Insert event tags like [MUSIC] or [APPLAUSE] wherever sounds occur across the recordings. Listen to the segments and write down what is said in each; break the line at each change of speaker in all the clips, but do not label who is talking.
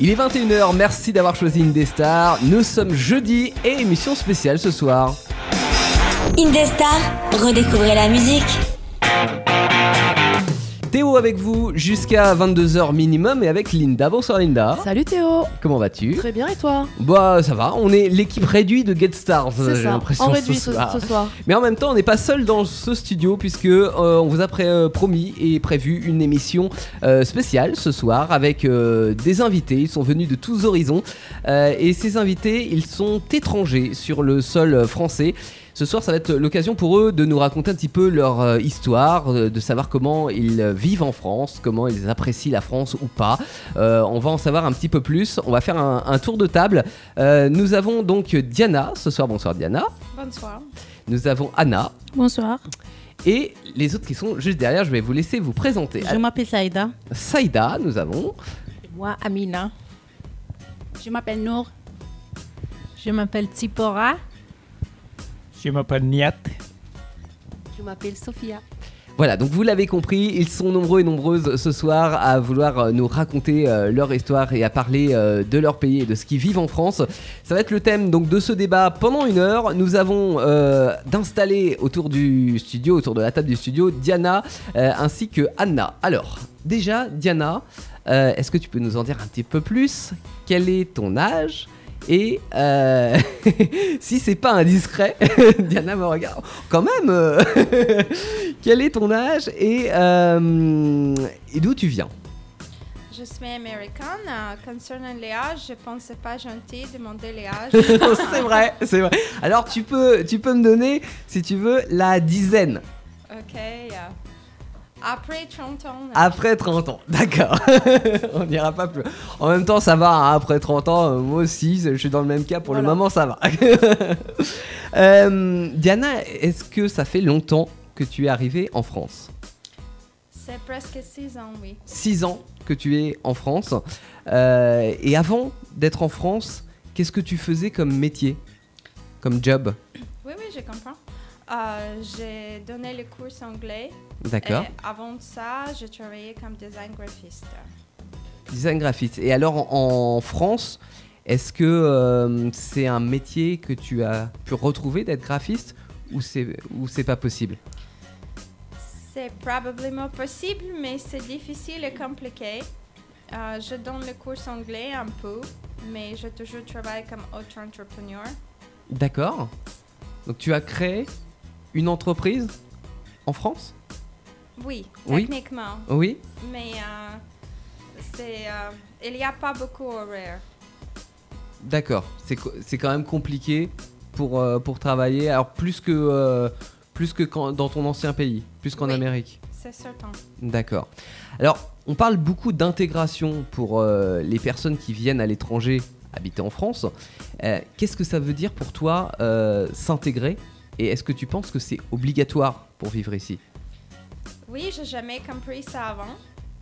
Il est 21h, merci d'avoir choisi Indestar. Nous sommes jeudi et émission spéciale ce soir.
Indestar, redécouvrez la musique.
Théo avec vous jusqu'à 22h minimum et avec Linda. Bonsoir Linda.
Salut Théo
Comment vas-tu
Très bien et toi
Bah ça va, on est l'équipe réduite de Get Stars, euh,
C'est
j'ai
ça,
l'impression.
en réduit
ce
ce,
soir.
ce soir.
Mais en même temps, on n'est pas seul dans ce studio puisque euh, on vous a pré- euh, promis et prévu une émission euh, spéciale ce soir avec euh, des invités. Ils sont venus de tous horizons Euh, et ces invités, ils sont étrangers sur le sol euh, français. Ce soir, ça va être l'occasion pour eux de nous raconter un petit peu leur euh, histoire, euh, de savoir comment ils euh, vivent en France, comment ils apprécient la France ou pas. Euh, on va en savoir un petit peu plus. On va faire un, un tour de table. Euh, nous avons donc Diana ce soir. Bonsoir Diana.
Bonsoir.
Nous avons Anna.
Bonsoir.
Et les autres qui sont juste derrière, je vais vous laisser vous présenter.
Je m'appelle Saïda.
Saïda, nous avons.
Moi, Amina.
Je m'appelle Nour.
Je m'appelle Tipora.
Je m'appelle Niat.
Je m'appelle Sophia.
Voilà, donc vous l'avez compris, ils sont nombreux et nombreuses ce soir à vouloir euh, nous raconter euh, leur histoire et à parler euh, de leur pays et de ce qu'ils vivent en France. Ça va être le thème donc de ce débat pendant une heure. Nous avons euh, d'installer autour du studio, autour de la table du studio, Diana euh, ainsi que Anna. Alors, déjà, Diana, euh, est-ce que tu peux nous en dire un petit peu plus Quel est ton âge et euh, [LAUGHS] si c'est pas indiscret, [LAUGHS] Diana me regarde. Quand même, euh, [LAUGHS] quel est ton âge et, euh, et d'où tu viens
Je suis américaine. Euh, Concernant les âges, je pense que c'est pas gentil de demander
[LAUGHS]
les âges.
C'est vrai, c'est vrai. Alors tu peux, tu peux me donner, si tu veux, la dizaine
ok. euh, Après 30 ans. euh,
après 30 ans. D'accord. [LAUGHS] On n'ira pas plus. En même temps, ça va. hein, après 30 ans, euh, moi aussi, je suis dans le même cas. Pour le
Voilà.
moment, ça va. [LAUGHS] Euh, Diana, est-ce que ça fait longtemps que tu es arrivée en France
C'est presque 6 ans, oui.
6 ans que tu es en France. Euh, et avant d'être en France, qu'est-ce que tu faisais comme métier Comme job
Oui, oui, je comprends. Euh, j'ai donné le cours anglais.
D'accord.
Et avant ça, j'ai travaillé comme design graphiste.
Design graphiste. Et alors en, en France, est-ce que euh, c'est un métier que tu as pu retrouver d'être graphiste ou c'est ou c'est pas possible
C'est probablement possible, mais c'est difficile et compliqué. Euh, je donne le cours anglais un peu, mais je toujours travaille comme auto-entrepreneur.
D'accord. Donc tu as créé une entreprise en France
Oui,
Oui.
techniquement.
Oui.
Mais euh, c'est, euh, il n'y a pas beaucoup horaire.
D'accord. C'est co- c'est quand même compliqué pour euh, pour travailler. Alors plus que euh, plus que quand- dans ton ancien pays, plus qu'en
Oui.
Amérique.
C'est certain.
D'accord. Alors, on parle beaucoup d'intégration pour euh, les personnes qui viennent à l'étranger habiter en France. Euh, Qu'est-ce que ça veut dire pour toi euh, s'intégrer Et est-ce que tu penses que c'est obligatoire pour vivre ici
Oui, j'ai jamais compris ça avant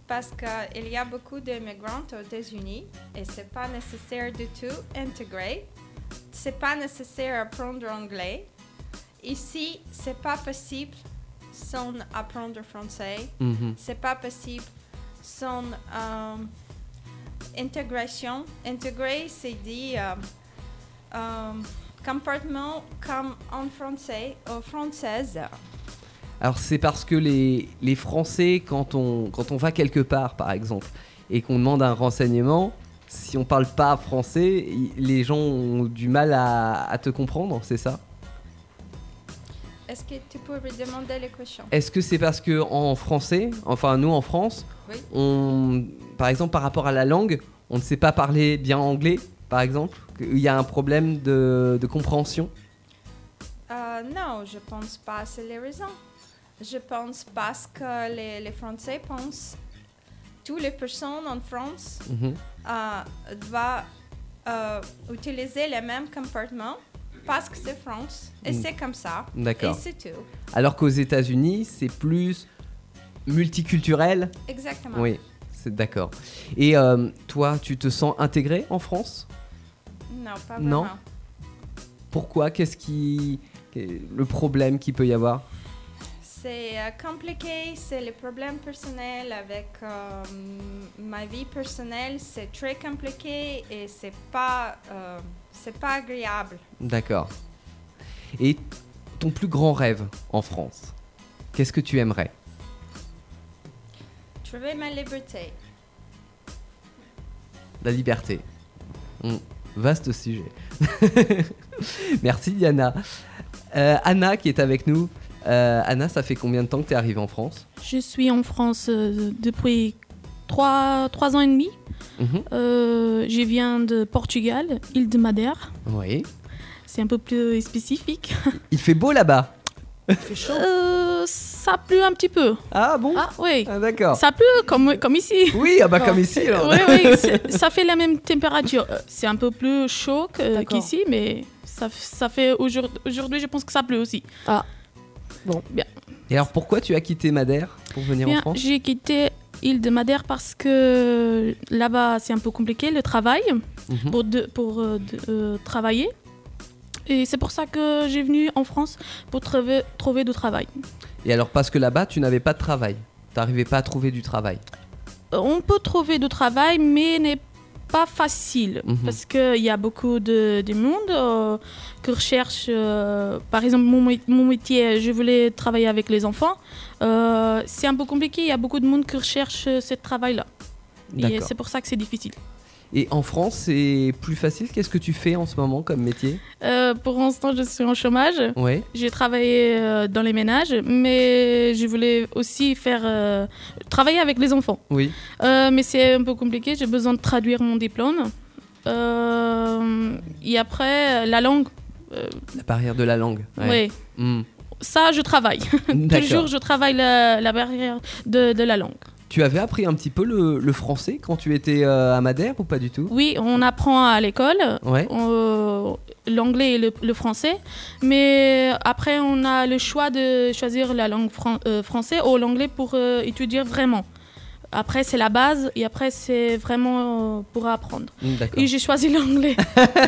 parce qu'il y a beaucoup d'immigrants aux États-Unis et c'est pas nécessaire du tout intégrer. C'est pas nécessaire apprendre anglais. Ici, c'est pas possible sans apprendre français. C'est pas possible sans euh, intégration. Intégrer, c'est dit euh, euh, comportement comme en français ou française.
Alors, c'est parce que les, les Français, quand on, quand on va quelque part, par exemple, et qu'on demande un renseignement, si on parle pas français, i- les gens ont du mal à, à te comprendre, c'est ça
Est-ce que tu peux me demander les questions
Est-ce que c'est parce que en français, enfin nous en France,
Oui.
on, par exemple par rapport à la langue, on ne sait pas parler bien anglais, par exemple, il y a un problème de, de compréhension.
Euh, Non, je pense pas, c'est les raisons. Je pense parce que les, les Français pensent. Toutes les personnes en France
Mhm.
euh, doivent euh, utiliser les mêmes comportements parce que c'est France et
Mm.
c'est comme ça. Et
D'accord.
c'est tout.
Alors qu'aux États-Unis, c'est plus multiculturel.
Exactement.
Oui, c'est d'accord. Et euh, toi, tu te sens intégré en France
Non, pas
Non.
vraiment.
Pourquoi Qu'est-ce qui, le problème qu'il peut y avoir
C'est c'est euh, compliqué, c'est les problèmes personnels avec euh, m- ma vie personnelle, c'est très compliqué et c'est pas, euh, c'est pas agréable.
D'accord. Et ton plus grand rêve en France Qu'est-ce que tu aimerais
Trouver ma liberté.
La liberté. Hmm, Vaste sujet. [LAUGHS] Merci Diana. Euh, Anna qui est avec nous. Euh, Anna, ça fait combien de temps que tu es arrivée en France
Je suis en France euh, depuis 3, ans et demi.
Mhm.
Euh, je viens de Portugal, île de Madère.
Oui.
C'est un peu plus spécifique.
Il fait beau là-bas
Euh, ça pleut un petit peu.
Ah bon
Ah oui.
Ah, D'accord.
Ça pleut comme, comme ici.
Oui, ah bah comme ici alors.
Oui, oui, c'est- ça fait la même température. Euh, C'est un peu plus chaud que-
D'accord.
qu'ici, mais ça, ça fait aujourd'hui, aujourd'hui, je pense que ça pleut aussi.
Et alors pourquoi tu as quitté Madère pour venir en
Bien,
France
j'ai quitté île de Madère parce que là-bas, c'est un peu compliqué le travail
Mhm.
pour, de- pour euh, de- euh, travailler. Et c'est pour ça que j'ai venu en France pour trouver, trouver du travail.
Et alors parce que là-bas, tu n'avais pas de travail. T'arrivais pas à trouver du travail.
Euh, On peut trouver du travail, mais n'est pas facile
Mhm.
parce qu'il y a beaucoup de, de monde euh, qui recherche. euh, par exemple, mon, mé- mon métier, je voulais travailler avec les enfants. Euh, c'est un peu compliqué, il y a beaucoup de monde qui recherche euh, ce travail-là. Et
D'accord.
c'est pour ça que c'est difficile.
Et en France, c'est plus facile. Qu'est-ce que tu fais en ce moment comme métier
Euh, pour l'instant, je suis en chômage.
Ouais.
J'ai travaillé euh, dans les ménages, mais je voulais aussi faire euh, travailler avec les enfants.
Oui.
Euh, mais c'est un peu compliqué, j'ai besoin de traduire mon diplôme. Euh, et après, euh, la langue,
La barrière de la langue.
ouais.
Hmm.
Ça, je travaille. [LAUGHS]
D'accord.
Toujours, je travaille la, la barrière de, de la langue.
Tu avais appris un petit peu le, le français quand tu étais euh, à Madère ou pas du tout
Oui, on apprend à l'école,
Ouais.
euh, l'anglais et le, le français, mais après, on a le choix de choisir la langue fran- euh, française ou l'anglais pour euh, étudier vraiment. Après, c'est la base et après, c'est vraiment euh, pour apprendre.
Hmm, D'accord.
Et j'ai choisi l'anglais.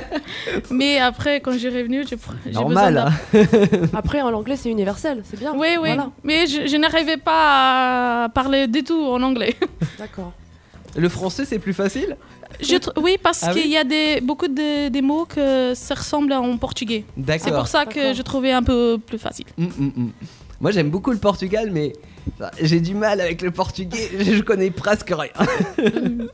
[LAUGHS] Mais après, quand j'ai revenu, j'ai pr- j'ai besoin
Normal.
d'un- [LAUGHS]
hein.
Après, en anglais, c'est universel, c'est bien.
Oui, oui.
Voilà,
Mais je, je n'arrivais pas à parler du tout en anglais. [LAUGHS]
d'accord.
[LAUGHS] Le français, c'est plus facile
Je tr- oui, parce
Ah oui
qu'il y a des, beaucoup de des mots que ça ressemble en portugais.
D'accord.
C'est pour ça que
D'accord.
je trouvais un peu plus facile.
Mm, mm, mm. Moi, j'aime beaucoup le Portugal, mais enfin, j'ai du mal avec le portugais. [LAUGHS] Je connais presque
[LAUGHS]
rien.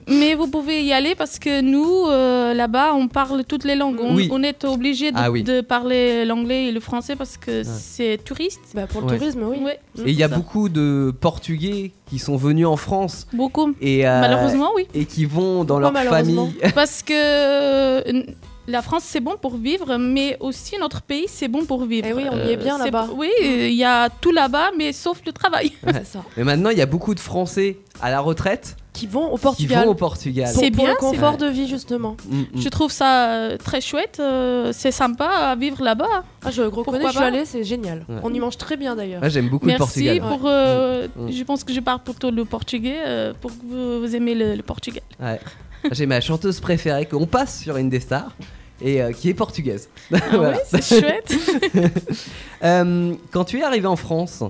Mais vous pouvez y aller parce que nous, euh, là-bas, on parle toutes les langues. On,
Oui.
on est obligé de,
Ah oui. Ah.
de parler l'anglais et le français parce que c'est touriste.
Bah, pour le
Ouais.
tourisme, oui.
Ouais,
Et il y a
Ça.
beaucoup de Portugais qui sont venus en France
beaucoup.
et, euh,
Malheureusement, oui.
et qui vont dans
Pourquoi
leur
malheureusement
[LAUGHS] famille.
Parce que euh, la France, c'est bon pour vivre, mais aussi notre pays, c'est bon pour vivre.
Eh oui, on y est bien
c'est-
là-bas. Mm.
Oui, euh, il y a tout là-bas, mais sauf le travail.
C'est ça.
Mais maintenant, il y a beaucoup de Français à la retraite
Qui vont au
qui
Portugal.
vont au Portugal.
C'est
pour, pour
bien,
le
c'est
confort
vrai.
de vie, justement.
Mm, mm.
Je trouve ça euh, très chouette, euh, c'est sympa à vivre là-bas.
Ah, je reconnais,
Pourquoi
je suis
pas
allée, c'est génial.
Ouais.
On y mange très bien, d'ailleurs.
Moi, j'aime beaucoup le
Merci
Portugal.
pour. euh,
Mm.
Je pense que je parle pour tout le portugais, euh, pour que vous, vous aimez le, le Portugal.
Ouais. J'ai ma chanteuse préférée qu'on passe sur Indestar et euh, qui est portugaise.
Ah
[LAUGHS] Voilà.
ouais, c'est chouette.
Euh, quand tu es arrivé en France,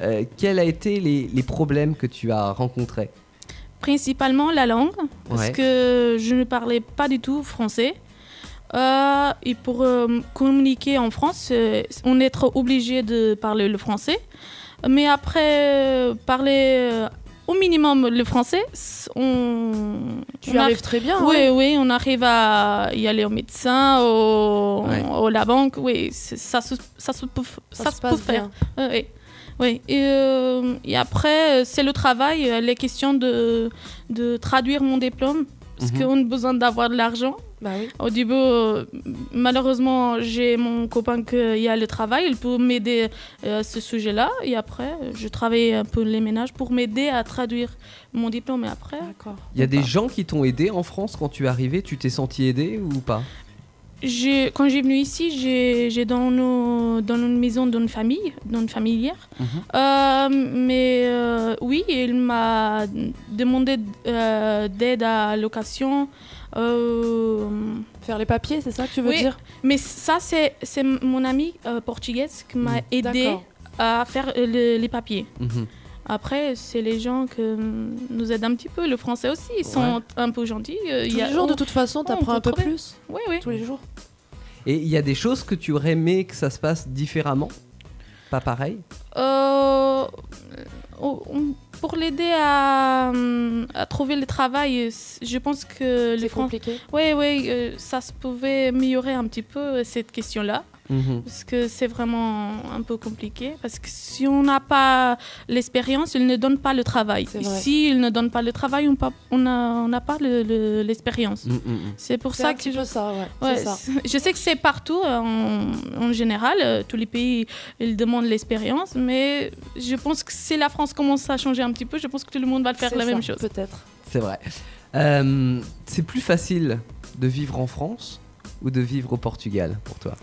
euh, quels ont été les, les problèmes que tu as rencontrés
Principalement la langue, parce
Ouais.
que je ne parlais pas du tout français. Euh, et pour euh, communiquer en France, euh, on est trop obligé de parler le français. Mais après, euh, parler euh, au minimum le français, s- on.
Tu
on
y
arri-
arrives très bien.
Oui,
ouais.
oui, on arrive à y aller au médecin, au,
Ouais.
au- la banque, oui, c'est- ça se, ça se peut, f- ça se peut faire.
bien.
Euh, Oui, oui. Et, euh, et après, euh, c'est le travail, euh, les questions de, de traduire mon diplôme, parce
Mhm.
qu'on a besoin d'avoir de l'argent.
Bah oui.
Au début, euh, malheureusement, j'ai mon copain qui a le travail, il peut m'aider euh, à ce sujet-là. Et après, euh, je travaille un peu les ménages pour m'aider à traduire mon diplôme. Et après,
D'accord.
Il y a des
Pas. gens
gens qui t'ont aidé en France quand tu es arrivé, tu t'es senti aidé ou pas
J'ai- quand j'ai venu ici, j'ai j'ai dans, nos- dans une maison d'une famille, d'une familière.
Mhm.
Euh, mais euh, oui, il m'a demandé euh, d'aide à la location. euh,
Faire les papiers, c'est ça que tu veux
Oui.
dire
mais ça, c'est c'est mon amie euh, portugaise qui m'a aidé
D'accord.
à faire euh, le- les papiers.
嗯
Mhm.
Après, c'est les gens qui nous aident un petit peu. Le français aussi, ils sont
Ouais.
un peu gentils. euh,
Tous les jours, de toute façon, t'apprends un peu plus.
Oui, oui.
Tous les jours.
Et il y a des choses que tu aurais aimé que ça se passe différemment Pas pareil
Euh, on- on- pour l'aider à, euh, à trouver le travail, c- je pense que
C'est
les Français.
compliqué.
Oui, oui, euh, ça se pouvait améliorer un petit peu euh, cette question-là.
Mhm.
Parce que c'est vraiment un peu compliqué. Parce que si on n'a pas l'expérience, ils ne donnent pas le travail.
C'est vrai.
Si ils ne donnent pas le travail, on pas- on n'a on n'a pas le- le- l'expérience.
Mm, mm, mm.
c'est pour
C'est
ça
un
que
petit peu ça, ouais.
Ouais,
c'est ça.
c'est- Je sais que c'est partout euh, en, en général, euh, tous les pays ils demandent l'expérience, mais je pense que si la France commence à changer un petit peu, je pense que tout le monde va faire
C'est
la
ça,
même chose.
Peut-être.
C'est vrai. Euh, c'est plus facile de vivre en France ou de vivre au Portugal pour toi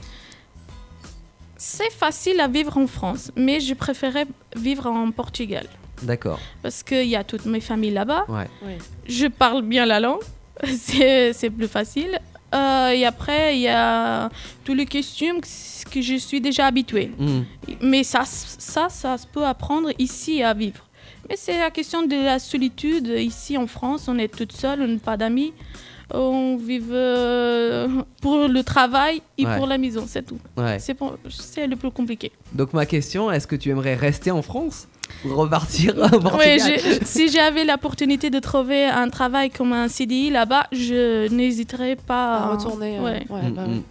C'est facile à vivre en France, mais je préférais vivre en Portugal
D'accord.
parce qu'il y a toutes mes familles là-bas.
Ouais.
Ouais.
Je parle bien la langue, [LAUGHS] c'est c'est plus facile. Euh, et après, il y a tous les costumes que- que je suis déjà habituée.
嗯
Mm.
Mais ça, s- ça, ça se peut apprendre ici à vivre. Mais c'est la question de la solitude. Ici en France, on est toute seule, on n'a pas d'amis. On vit euh, pour le travail et
Ouais.
pour la maison, c'est tout.
Ouais.
C'est pour- c'est le plus compliqué.
Donc ma question, est-ce que tu aimerais rester en France ou repartir au Portugal
Ouais, j'ai- si j'avais l'opportunité de trouver un travail comme un CDI là-bas, je n'hésiterais pas
À retourner. euh,
嗯
ouais.
ouais,
Mm,
bah
mm.
ouais.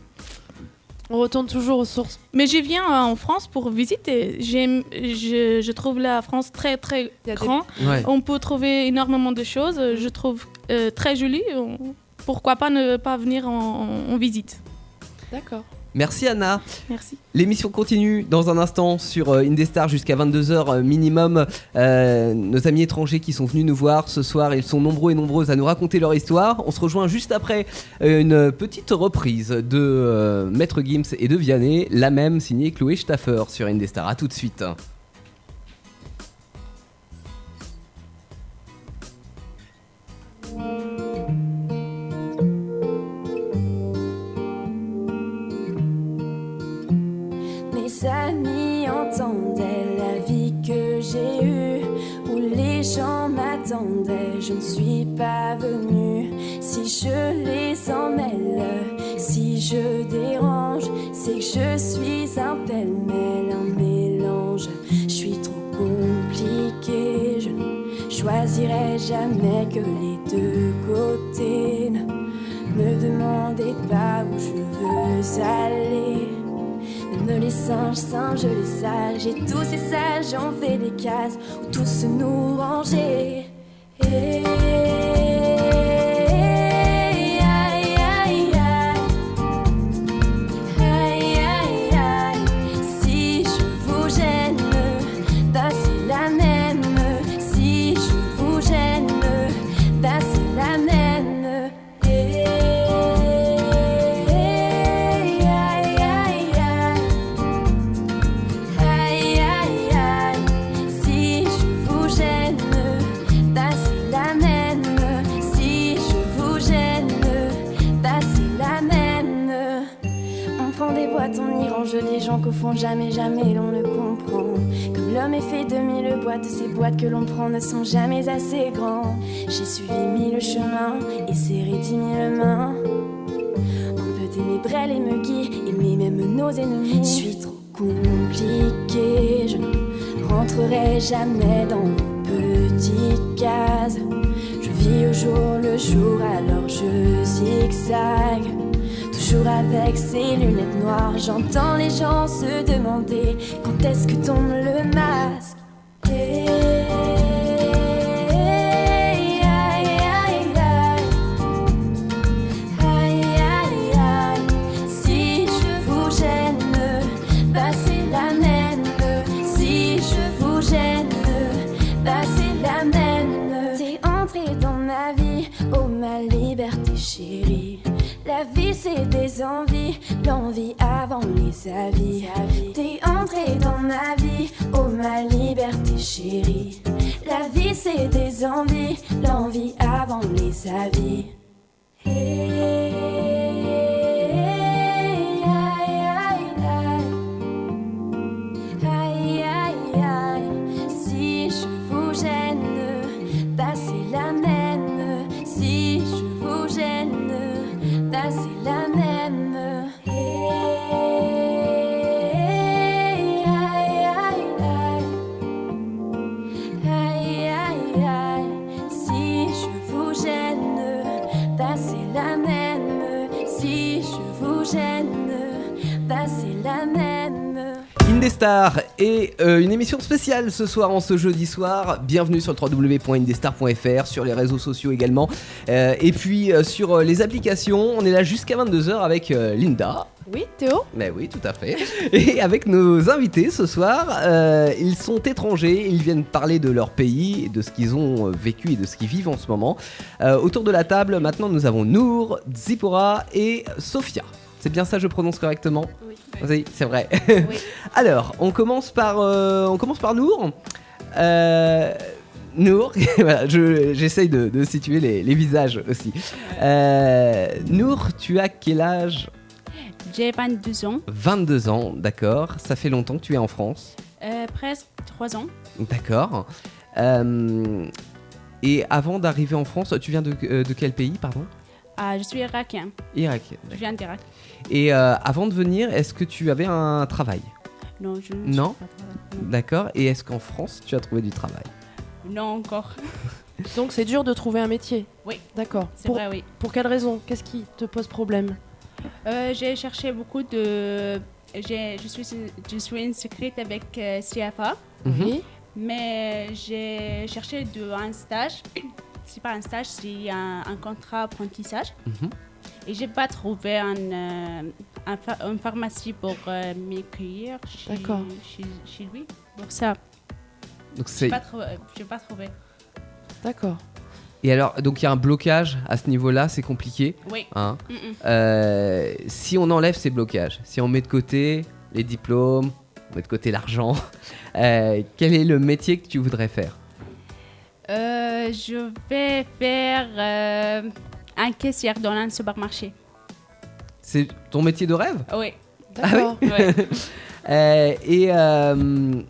On retourne toujours aux sources.
Mais je viens euh, en France pour visiter. J'aime- Je, je trouve la France très très
Il y a des-
grande.
Ouais.
On peut trouver énormément de choses. euh, Je trouve euh, très joli. On- Pourquoi pas ne pas venir en, en visite
D'accord.
Merci Anna.
Merci.
L'émission continue dans un instant sur euh, Indestar jusqu'à 22h minimum. Euh, nos amis étrangers qui sont venus nous voir ce soir, ils sont nombreux et nombreuses à nous raconter leur histoire. On se rejoint juste après euh, une petite reprise de euh, Maître Gims et de Vianney, la même signée Chloé Staffer sur Indestar. A tout de suite.
Mes amis entendaient la vie que j'ai eue, où les gens m'attendaient, je ne suis pas venue. Si je les emmêle, si je dérange, c'est que je suis un pêle-mêle, un mélange. Je suis trop compliquée, je ne choisirai jamais que les deux côtés. Ne me demandez pas où je veux aller. Même les singes, singes, les sages Et tous ces sages ont fait des cases Où tous nous ranger Et- aïe, aïe, aïe, aïe. Aïe, aïe, aïe. Si je vous gêne, bah, c'est la même. Si je vous gêne, bah, c'est la même. Et- aïe, aïe, aïe. Aïe aïe aïe, si je vous gêne, passez la même. Si je vous gêne, passez la même. On prend des boîtes, on y range les gens qu'au fond jamais, jamais l'on ne comprend. Comme l'homme est fait de mille boîtes, ces boîtes que l'on prend ne sont jamais assez grands. J'ai suivi mille chemins et serré dix mille mains. On peut aimer Brel et Muggy, aimer même nos ennemis. Je suis trop compliquée, je ne rentrerai jamais dans vos petites cases. Je vis au jour le jour, alors je zigzag. Toujours avec ces lunettes noires, j'entends les gens se demander quand est-ce que tombe le masque. Eh, eh, aïe, aïe, aïe. Aïe aïe aïe, eh, si je vous gêne, passez la même. Si je vous gêne, passez la même. T'es entré dans ma vie, oh ma liberté chérie. La vie c'est des envies, l'envie avant les avis. T'es entré dans ma vie, oh ma liberté chérie. La vie c'est des envies, l'envie avant les avis. Hey, aïe, aïe, aïe. Aïe,
Indestar et euh, une émission spéciale ce soir en ce jeudi soir. Bienvenue sur le www.indestar.fr, sur les réseaux sociaux également. Euh, et puis euh, sur euh, les applications, on est là jusqu'à 22h avec euh, Linda.
Oui, Théo
Mais oui, tout à fait. [LAUGHS] Et avec nos invités ce soir, euh, ils sont étrangers, ils viennent parler de leur pays, et de ce qu'ils ont euh, vécu et de ce qu'ils vivent en ce moment. Euh, autour de la table, maintenant, nous avons Nour, Zipora et Sofia. C'est bien ça, je prononce correctement
Oui.
Oui, c'est vrai. [LAUGHS] Alors, on commence par, euh, on commence par Nour. Euh, Nour, [LAUGHS] voilà, je- j'essaye de, de situer les, les visages aussi. Euh, Nour, tu as quel âge
J'ai 22 ans,
22 ans, d'accord. Ça fait longtemps que tu es en France,
euh, presque 3 ans.
d'accord. Euh, et avant d'arriver en France, tu viens de, euh, de quel pays, pardon
Ah, je suis irakien,
Irak.
je viens d'Irak.
Et euh, avant de venir, est-ce que tu avais un travail
Non, je ne
Non.
suis pas très-
D'accord. Et est-ce qu'en France, tu as trouvé du travail
Non encore.
[LAUGHS] Donc c'est dur de trouver un métier
Oui.
D'accord.
C'est
Pour,
vrai, oui.
pour quelle raison Qu'est-ce qui te pose problème
Euh, j'ai cherché beaucoup de... j'ai- Je suis, je suis inscrite avec euh, CFA,
Mhm.
Oui.
mais j'ai cherché de, un stage. C'est pas un stage, c'est un, un contrat apprentissage.
嗯
Mhm.
Et j'ai pas trouvé un, euh, un pha- une pharmacie pour euh, m'écrire chez,
D'accord.
chez, chez lui. Pour ça,
Donc c'est.
j'ai pas, trou- euh, j'ai pas trouvé.
D'accord.
Et alors, donc il y a un blocage à ce niveau-là, c'est compliqué.
Oui. Mm,
hein.
Mm-mm.
Euh, si on enlève ces blocages, si on met de côté les diplômes, on met de côté l'argent, [LAUGHS] euh, quel est le métier que tu voudrais faire
Euh, je vais faire euh, un caissière dans un supermarché.
C'est ton métier de rêve Ah
Oui.
D'accord.
Oh, Ah
[LAUGHS]
Ouais.
Euh, Et euh,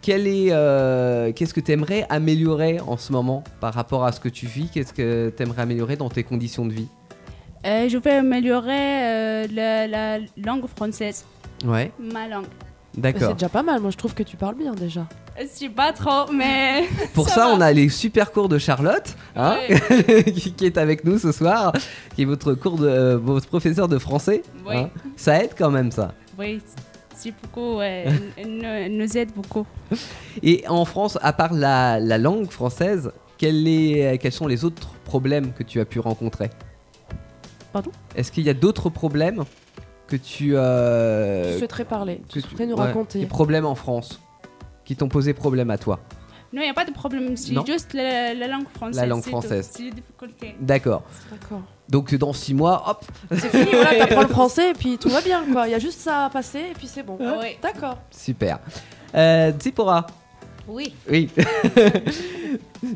quel est, euh, qu'est-ce que tu aimerais améliorer en ce moment par rapport à ce que tu vis Qu'est-ce que tu aimerais améliorer dans tes conditions de vie
Euh, je vais améliorer euh, la, la langue française,
Ouais,
ma langue.
Mais C'est
d'accord.
déjà pas mal. Moi, je trouve que tu parles bien déjà.
Je sais pas trop, mais.
[LAUGHS] Pour ça,
va.
on a les super cours de Charlotte, hein,
Ouais.
[LAUGHS] qui qui est avec nous ce soir, qui est votre cours de euh, votre professeur de français. hein.
Oui.
Ça aide quand même ça.
Oui, c'est
[LAUGHS]
beaucoup. euh, elle nous- elle nous aide beaucoup.
Et en France, à part la, la langue française, quel est- euh, quels sont les autres problèmes que tu as pu rencontrer
Pardon
Est-ce qu'il y a d'autres problèmes que tu euh,
je souhaiterais parler.
que
Tu
tu-
souhaiterais nous
ouais,
raconter.
Des problèmes en France qui t'ont posé problème à toi.
Non, il n'y a pas de problème, c'est
Non.
juste la, la langue française.
La langue
c'est tout.
française.
C'est les difficultés.
D'accord.
D'accord.
Donc dans six mois, hop,
C'est fini, voilà, t'apprends le français et puis tout va bien, quoi. Il y a juste ça à passer et puis c'est bon. Ah,
Ouais.
D'accord.
super. Euh, Zipporah,
Oui.
Oui. [LAUGHS]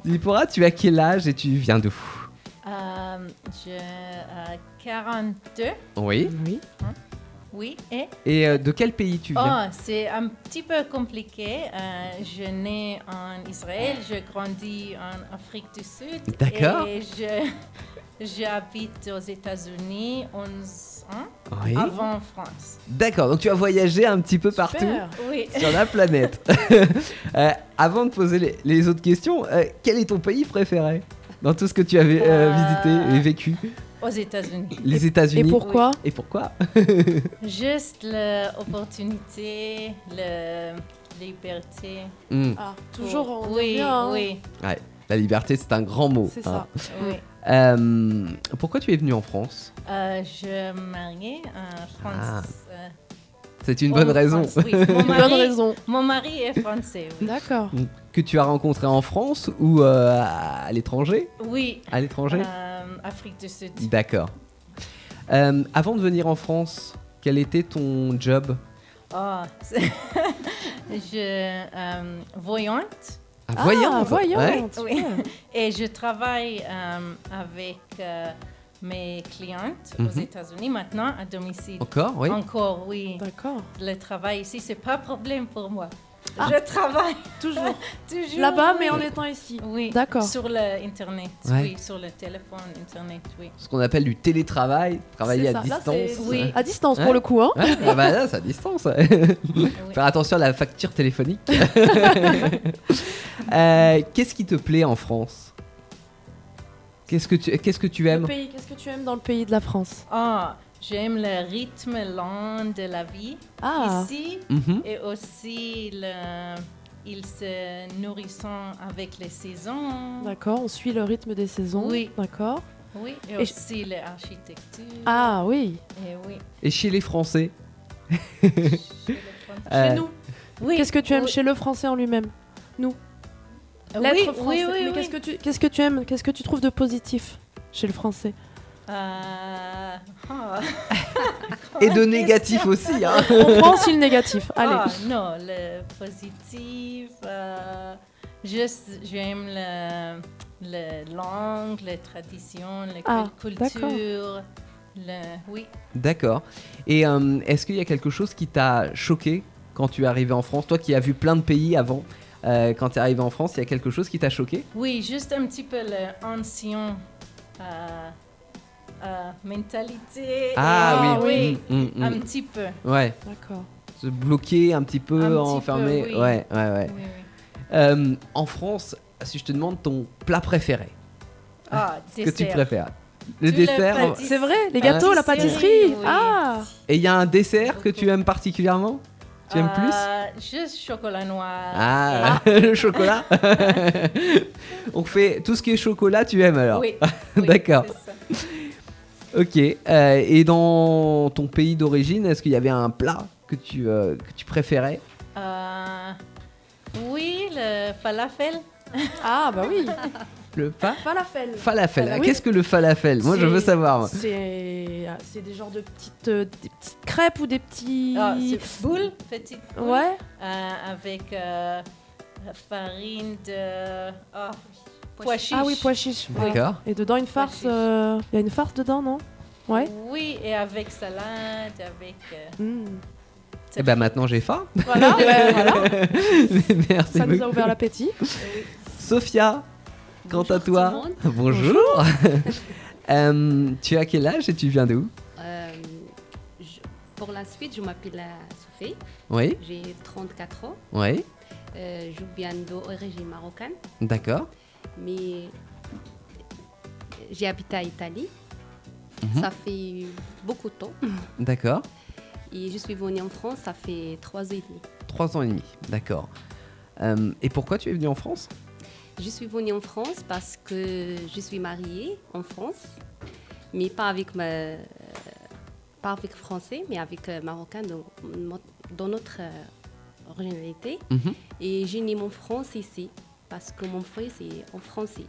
Zipporah, tu as quel âge et tu viens d'où
Euh, J'ai euh, 42,
Oui.
Oui.
oui, et
Et euh, de quel pays tu viens
oh, c'est un petit peu compliqué. Euh, je nais en Israël, je grandis en Afrique du Sud.
D'accord.
Et je- j'habite aux États-Unis 11 ans
Oui.
avant
[LAUGHS]
France.
D'accord, donc tu as voyagé un petit peu
Super.
partout
Oh. Oui.
sur la planète. Euh, avant de poser les, les autres questions, euh, quel est ton pays préféré dans tout ce que tu avais euh,
Euh,
visité et vécu
Aux États-Unis.
Les États-Unis.
Et pourquoi
Et pourquoi [LAUGHS]
Juste l'opportunité, la liberté.
Hmm,
Ah, toujours en
Oui,
bien, hein.
oui,
La liberté, c'est un grand mot.
C'est
hein.
ça.
oui.
Euh, pourquoi tu es venu en France
Euh, je mariée en
Ah.
France. euh,
C'est une bonne
en
raison. [LAUGHS]
France, oui. Mon
Bonne
mari-
raison.
Mon mari est français, oui.
D'accord.
Que tu as rencontré en France ou euh, à l'étranger
Oui,
À l'étranger
euh, Afrique du Sud.
D'accord. Euh, avant de venir en France, quel était ton job
Oh, c'est- [LAUGHS] je euh, voyante
Ah,
Ah,
voyante.
voyante.
Ouais.
Oui.
[LAUGHS]
et je travaille euh, avec euh, mes clientes aux
Mhm.
États-Unis maintenant à domicile.
Encore, oui.
Encore, oui.
D'accord. Ah.
Le travail ici, c'est pas un problème pour moi. Je travaille
[LAUGHS] Toujours.
[LAUGHS] toujours.
Là-bas,
oui.
mais en étant ici.
Oui,
D'accord.
Sur l'Internet,
Ouais.
oui, sur le téléphone, Internet, oui.
ce qu'on appelle du télétravail, travailler
C'est
à
ça. Là,
distance.
c'est-
Oui.
À distance
Ouais.
pour le coup, hein.
Ouais, ah bah là, c'est à
[LAUGHS]
distance. [LAUGHS] Faire attention à la facture téléphonique. [LAUGHS] Euh, qu'est-ce qui te plaît en France Qu'est-ce que tu, qu'est-ce que tu
Le
aimes
pays, qu'est-ce que tu aimes dans le pays de la France
Ah, J'aime le rythme lent de la vie
Ah.
ici
Mhm.
et aussi le, ils se nourrissant avec les saisons.
D'accord, on suit le rythme des saisons.
Oui.
D'accord.
Oui, et,
Et je-
aussi l'architecture.
Ah oui.
Et oui.
Et chez les Français
Chez
Euh,
nous. Qu'est-ce que tu aimes
Oui.
chez le français en lui-même Nous.
Euh,
L'être
oui,
français.
oui, oui,
Mais
oui.
Qu'est-ce, que tu, qu'est-ce que tu aimes Qu'est-ce que tu trouves de positif chez le français
Euh, ah.
Et de négatif aussi, hein.
[LAUGHS] On prend aussi le négatif. Allez.
Ah, non, le positif. euh, juste, j'aime le, le langue, les traditions, les
Ah,
cul-
d'accord.
cultures. le- oui.
D'accord. Et euh, est-ce qu'il y a quelque chose qui t'a choqué quand tu es arrivé en France Toi qui as vu plein de pays avant, euh, quand tu es arrivé en France, il y a quelque chose qui t'a choqué
oui, juste un petit peu l'ancien euh, euh, mentalité.
Ah,
et-
oui. Mm, mm, mm.
un petit peu.
Ouais.
D'accord.
Se bloquer un petit peu,
Un petit peu,
enfermé.
oui.
Ouais, ouais, ouais.
Oui, oui.
Euh, en France, si je te demande ton plat préféré, [LAUGHS]
Ah,
que tu
dessert.
préfères Le
Tu
dessert
l'as
on-
pas dit. Ah,
C'est vrai, les
Hein
gâteaux, la pâtisserie.
Oui.
Ah
Et il y a un dessert que tu aimes particulièrement Tu aimes plus
Euh, Juste chocolat noir.
Ah, [LAUGHS] le chocolat On fait tout ce qui est chocolat, tu aimes alors [LAUGHS]
Oui,
D'accord. Ok, euh, et dans ton pays d'origine, est-ce qu'il y avait un plat que tu, euh, que tu préférais
Euh, oui, le falafel.
Ah, bah oui.
Le pas
Falafel.
Falafel. Ah, Qu'est-ce que le falafel Moi, je veux
Euh, C'est-
savoir. moi.
C'est ah, c'est des genres de petites, euh, des petites crêpes ou des petits.
[LAUGHS] Ah, c'est boule, petite boule.
Ouais.
euh, avec euh, farine de oh, pois chiche.
Ah oui, pois chiche. ouais.
D'accord.
Et dedans une farce. euh, Il y a une farce dedans, non Ouais.
Oui, et avec salade, avec. euh,
Mm.
Eh ben maintenant, j'ai faim.
Voilà, ben, voilà.
[LAUGHS] Merci
Ça nous a
beaucoup.
ouvert l'appétit.
Sophia, quant à toi, [LAUGHS] bonjour. [LAUGHS] Euh, tu as quel âge et tu viens d'où
Euh, je- pour la suite, je m'appelle euh, Sophie.
Oui.
J'ai 34 ans.
Oui.
Euh, je viens d'origine marocaine,
D'accord.
mais j'ai habité à Italie.
Mhm.
Ça fait beaucoup de temps.
D'accord.
Et je suis venue en France, ça fait trois ans et demi.
Trois ans et demi. D'accord. Euh, et pourquoi tu es venue en France
Je suis venue en France parce que je suis mariée en France, mais pas avec ma, euh, pas avec français, mais avec euh, marocain dans, dans notre euh, originalité.
Mhm.
Et j'ai né mon France ici parce que mon frère c'est en français.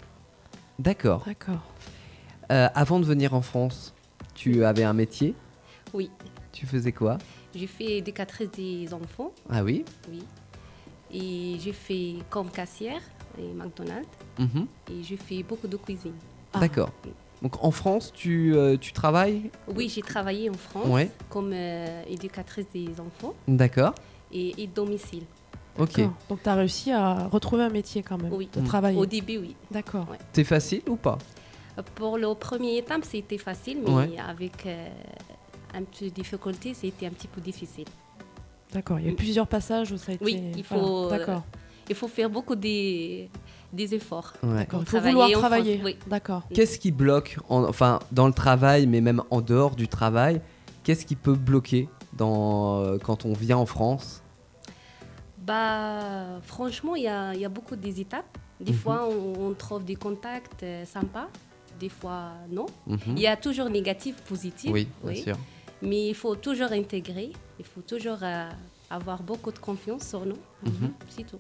D'accord.
D'accord.
Euh, avant de venir en France, tu avais un métier
Oui,
Tu faisais quoi
j'ai fait éducatrice des enfants.
Ah oui
Oui. Et j'ai fait comme cassière et McDonald's.
Mhm.
Et j'ai fait beaucoup de cuisine.
Ah.
D'accord. Donc en France, tu, euh, tu travailles
Oui, j'ai travaillé en France
Ouais.
comme euh, éducatrice des enfants
D'accord.
et, et domicile.
Ok.
D'accord. Donc tu as réussi à retrouver un métier quand même.
Oui.
De
Mm.
travailler.
Au début, oui.
D'accord.
Ouais.
C'est facile ou pas
Pour le premier étape, c'était facile, mais
Ouais.
avec euh, un peu de difficulté, c'était un petit peu difficile. Mm.
D'accord. Il y a eu plusieurs passages où ça a été.
Oui, il
voilà,
faut, euh,
D'accord.
il faut faire beaucoup des, des efforts.
Ouais.
D'accord,
pour
il faut vouloir
en France,
travailler.
oui.
D'accord.
Qu'est-ce qui bloque, en- enfin dans le travail, mais même en dehors du travail, qu'est-ce qui peut bloquer dans, euh, quand on vient en France
Bah, franchement, il y a, il y a beaucoup des étapes. Des
Mhm.
fois, on, on trouve des contacts euh, sympas, des fois, non.
Mhm.
Il y a toujours négatif, positif.
Oui, bien sûr.
Mais il faut toujours intégrer, il faut toujours euh, avoir beaucoup de confiance sur nous.
Mhm.
C'est tout.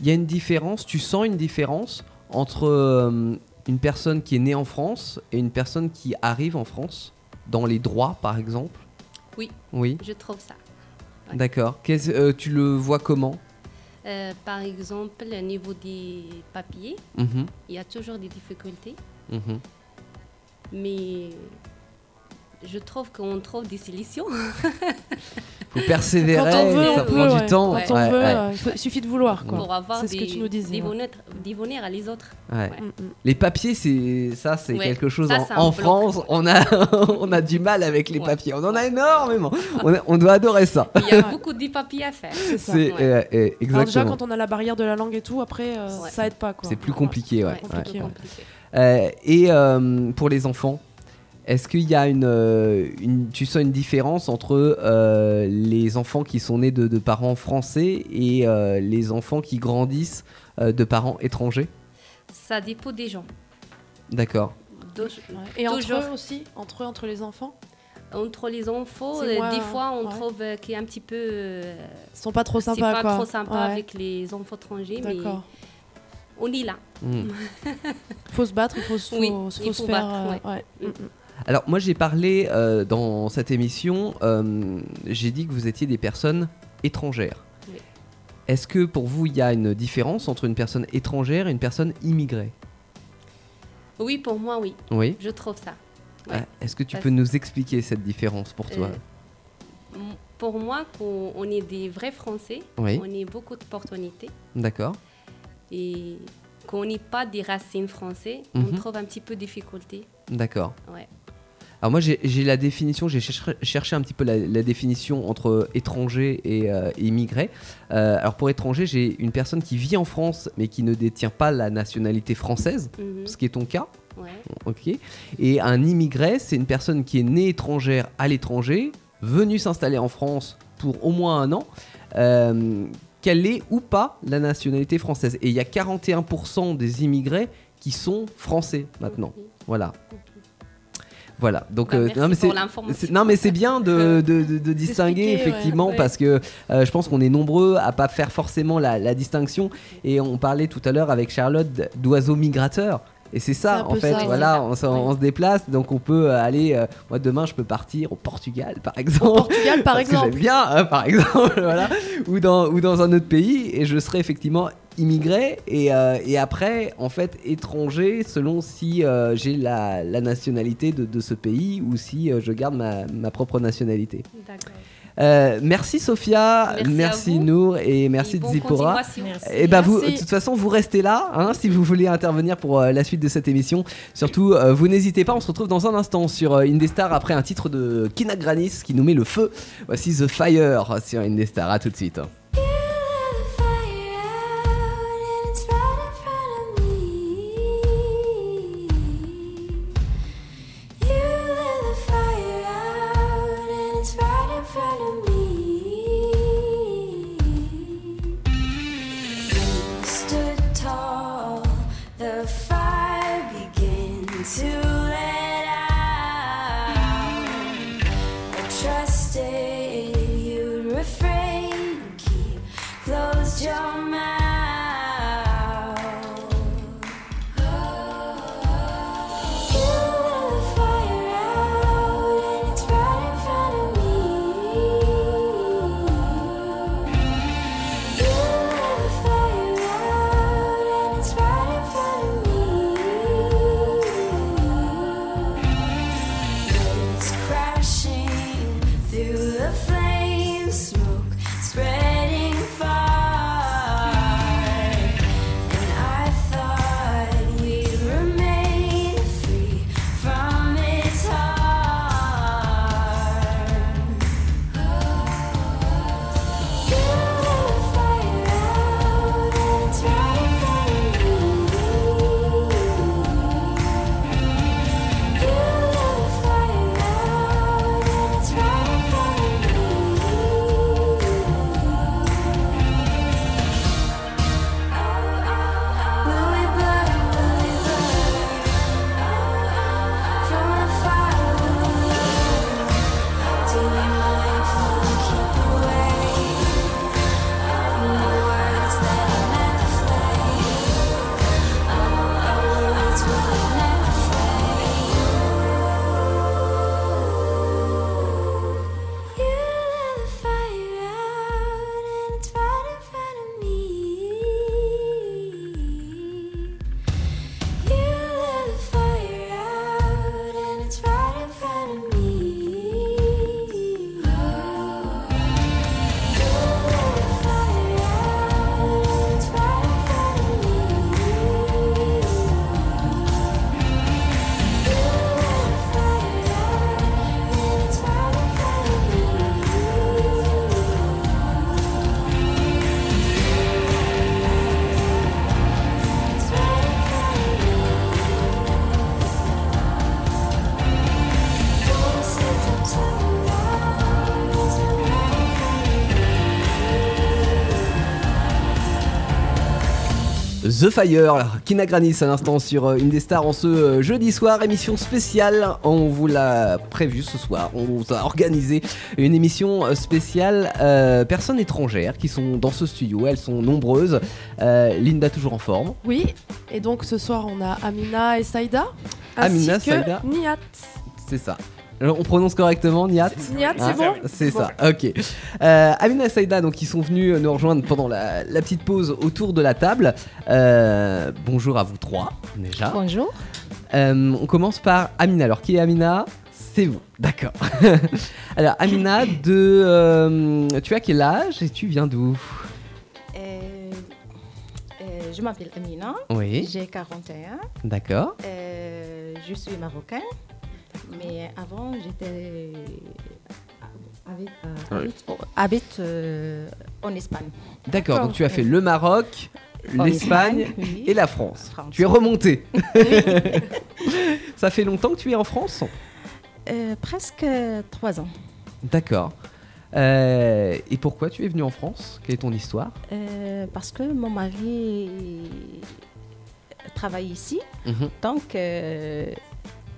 Il y a une différence, tu sens une différence entre euh, une personne qui est née en France et une personne qui arrive en France, dans les droits par exemple
Oui,
Oui.
je trouve ça. Ouais.
D'accord. Qu'est-ce- euh, tu le vois comment
Euh, par exemple, au niveau des papiers,
Mhm.
il y a toujours des difficultés,
Mhm.
mais je trouve qu'on trouve des
[LAUGHS]
solutions.
Faut persévérer,
Quand on veut,
ça
on
prend
peut,
du
ouais.
temps.
Quand on
Ouais,
veut,
ouais.
euh, il faut- il suffit de vouloir. Quoi.
pour avoir
C'est ce
des,
que tu nous disais. Mm,
des
ouais.
bonheurs- des bonheurs à les autres.
Ouais.
Ouais.
Les papiers, c'est ça, c'est
Ouais,
quelque chose.
ça,
en-
c'est un
en
bloc.
France, on a, [LAUGHS] on a du mal avec les papiers. On en a énormément. on, a- on doit adorer ça.
Il y a beaucoup de papiers à faire.
C'est ça.
C'est euh, euh,
Alors déjà,
exactement.
quand on a la barrière de la langue et tout, après, euh, ça aide pas. quoi.
C'est plus compliqué, ouais.
Compliqué,
Ouais,
ouais.
ouais. Euh, et euh, pour les enfants, Est-ce qu'il y a une, euh, une- Tu sens une différence entre euh, les enfants qui sont nés de, de parents français et euh, les enfants qui grandissent euh, de parents étrangers
Ça dépend des gens.
D'accord.
Dou-
Et entre
toujours.
eux aussi Entre eux, entre les enfants
Entre les enfants,
C'est
euh,
moins-
des fois, on
ouais.
trouve euh, qu'il y a un petit peu. euh,
Ils sont pas trop
c'est
sympas,
pas
quoi.
trop sympa
Ouais.
avec les enfants étrangers, mais
D'accord.
on est là.
Mm.
[LAUGHS] Faut se battre, il faut se,
Oui,
faut, se-
il
faut se
faut
faire.
battre,
euh,
ouais. Mm,
ouais.
Alors moi j'ai parlé euh, dans cette émission, euh, j'ai dit que vous étiez des personnes étrangères.
Oui.
Est-ce que pour vous il y a une différence entre une personne étrangère et une personne immigrée
Oui, pour moi, oui.
Oui.
Je trouve ça.
Ah, Est-ce que tu
Parce-
peux nous expliquer cette différence pour toi
Euh, m- Pour moi, qu'on- on est des vrais Français,
Oui.
on est beaucoup d'opportunités
D'accord.
et qu'on n'est pas des racines français, on
Mhm.
trouve un petit peu de difficulté.
D'accord.
Ouais.
Alors moi j'ai j'ai la définition, j'ai cherché, cherché un petit peu la, la définition entre étranger et euh, immigré. Euh, alors pour étranger, j'ai une personne qui vit en France mais qui ne détient pas la nationalité française,
Mhm.
ce qui est ton cas.
Ouais.
Ok. Et un immigré, c'est une personne qui est née étrangère à l'étranger, venue s'installer en France pour au moins un an, euh, qu'elle ait ou pas la nationalité française. Et il y a 41% des immigrés qui sont français maintenant. Voilà. Voilà, donc
Bah,
euh,
merci
non, mais
pour
c'est-
l'information.
c'est- non mais c'est bien de, de- de- de distinguer
D'expliquer, ouais.
effectivement
Ouais.
parce que euh, je pense qu'on est nombreux à pas faire forcément la, la distinction et on parlait tout à l'heure avec Charlotte d- d'oiseaux migrateurs et c'est
C'est
ça
un
en
peu
fait
ça, ouais.
voilà on, s'en- on se déplace donc on peut euh, aller euh, moi demain je peux partir au Portugal par exemple
Portugal, par
Parce que j'aime
exemple.
bien hein, par exemple [LAUGHS] voilà ou dans ou dans un autre pays et je serai effectivement immigré et, euh, et après en fait étranger selon si euh, j'ai la, la nationalité de, de ce pays ou si euh, je garde ma, ma propre nationalité
D'accord.
Euh, merci Sophia,
Merci à
merci,
vous.
Nour et merci
Et bonne
Zipora.
continuation. Merci.
Et ben vous,
Merci.
de toute façon, vous restez là hein, si vous voulez intervenir pour euh, la suite de cette émission. Surtout, euh, vous n'hésitez pas. On se retrouve dans un instant sur euh, Indestar après un titre de Kina Granis qui nous met le feu. Voici The Fire sur Indestar. À tout de suite.
Stood tall, the fire began to let out. I trusted you'd refrain, keep closed your mouth. You let the fire out, and it's right in front of me. You let the fire out, and it's right in front of me.
The Fire, Kina Granis à l'instant sur euh, Indestar en ce euh, jeudi soir, émission spéciale. On vous l'a prévu ce soir, on vous a organisé une émission euh, spéciale euh, personnes étrangères qui sont dans ce studio, elles sont nombreuses. Euh, Linda toujours en forme.
Oui, et donc ce soir on a Amina et Saïda.
Amina,
ainsi que
Saïda.
Nihat.
C'est ça. Alors, on prononce correctement Niat Hein
Niat, c'est bon
C'est ça, ok. Euh, Amina et Saïda, donc, qui sont venus nous rejoindre pendant la, la petite pause autour de la table. Euh, bonjour à vous trois, déjà.
Bonjour.
Euh, on commence par Amina. Alors, qui est Amina C'est vous, d'accord. [LAUGHS] Alors, Amina, de, euh, tu as quel âge et tu viens d'où
Euh, euh, je m'appelle Amina.
Oui.
J'ai 41.
D'accord.
Euh, je suis marocain. Mais avant, j'étais
ah
habite, euh,
Oui.
habite- oh, habite, euh, en Espagne.
D'accord, donc tu as fait le Maroc,
En
l'Espagne
Espagne, oui.
et la France. Tu es remonté. [LAUGHS] ça fait longtemps que tu es en France
Euh, presque trois ans.
D'accord. Euh, et pourquoi tu es venu en France Quelle est ton histoire
Euh, parce que mon mari travaille ici.
Mhm.
Donc, euh,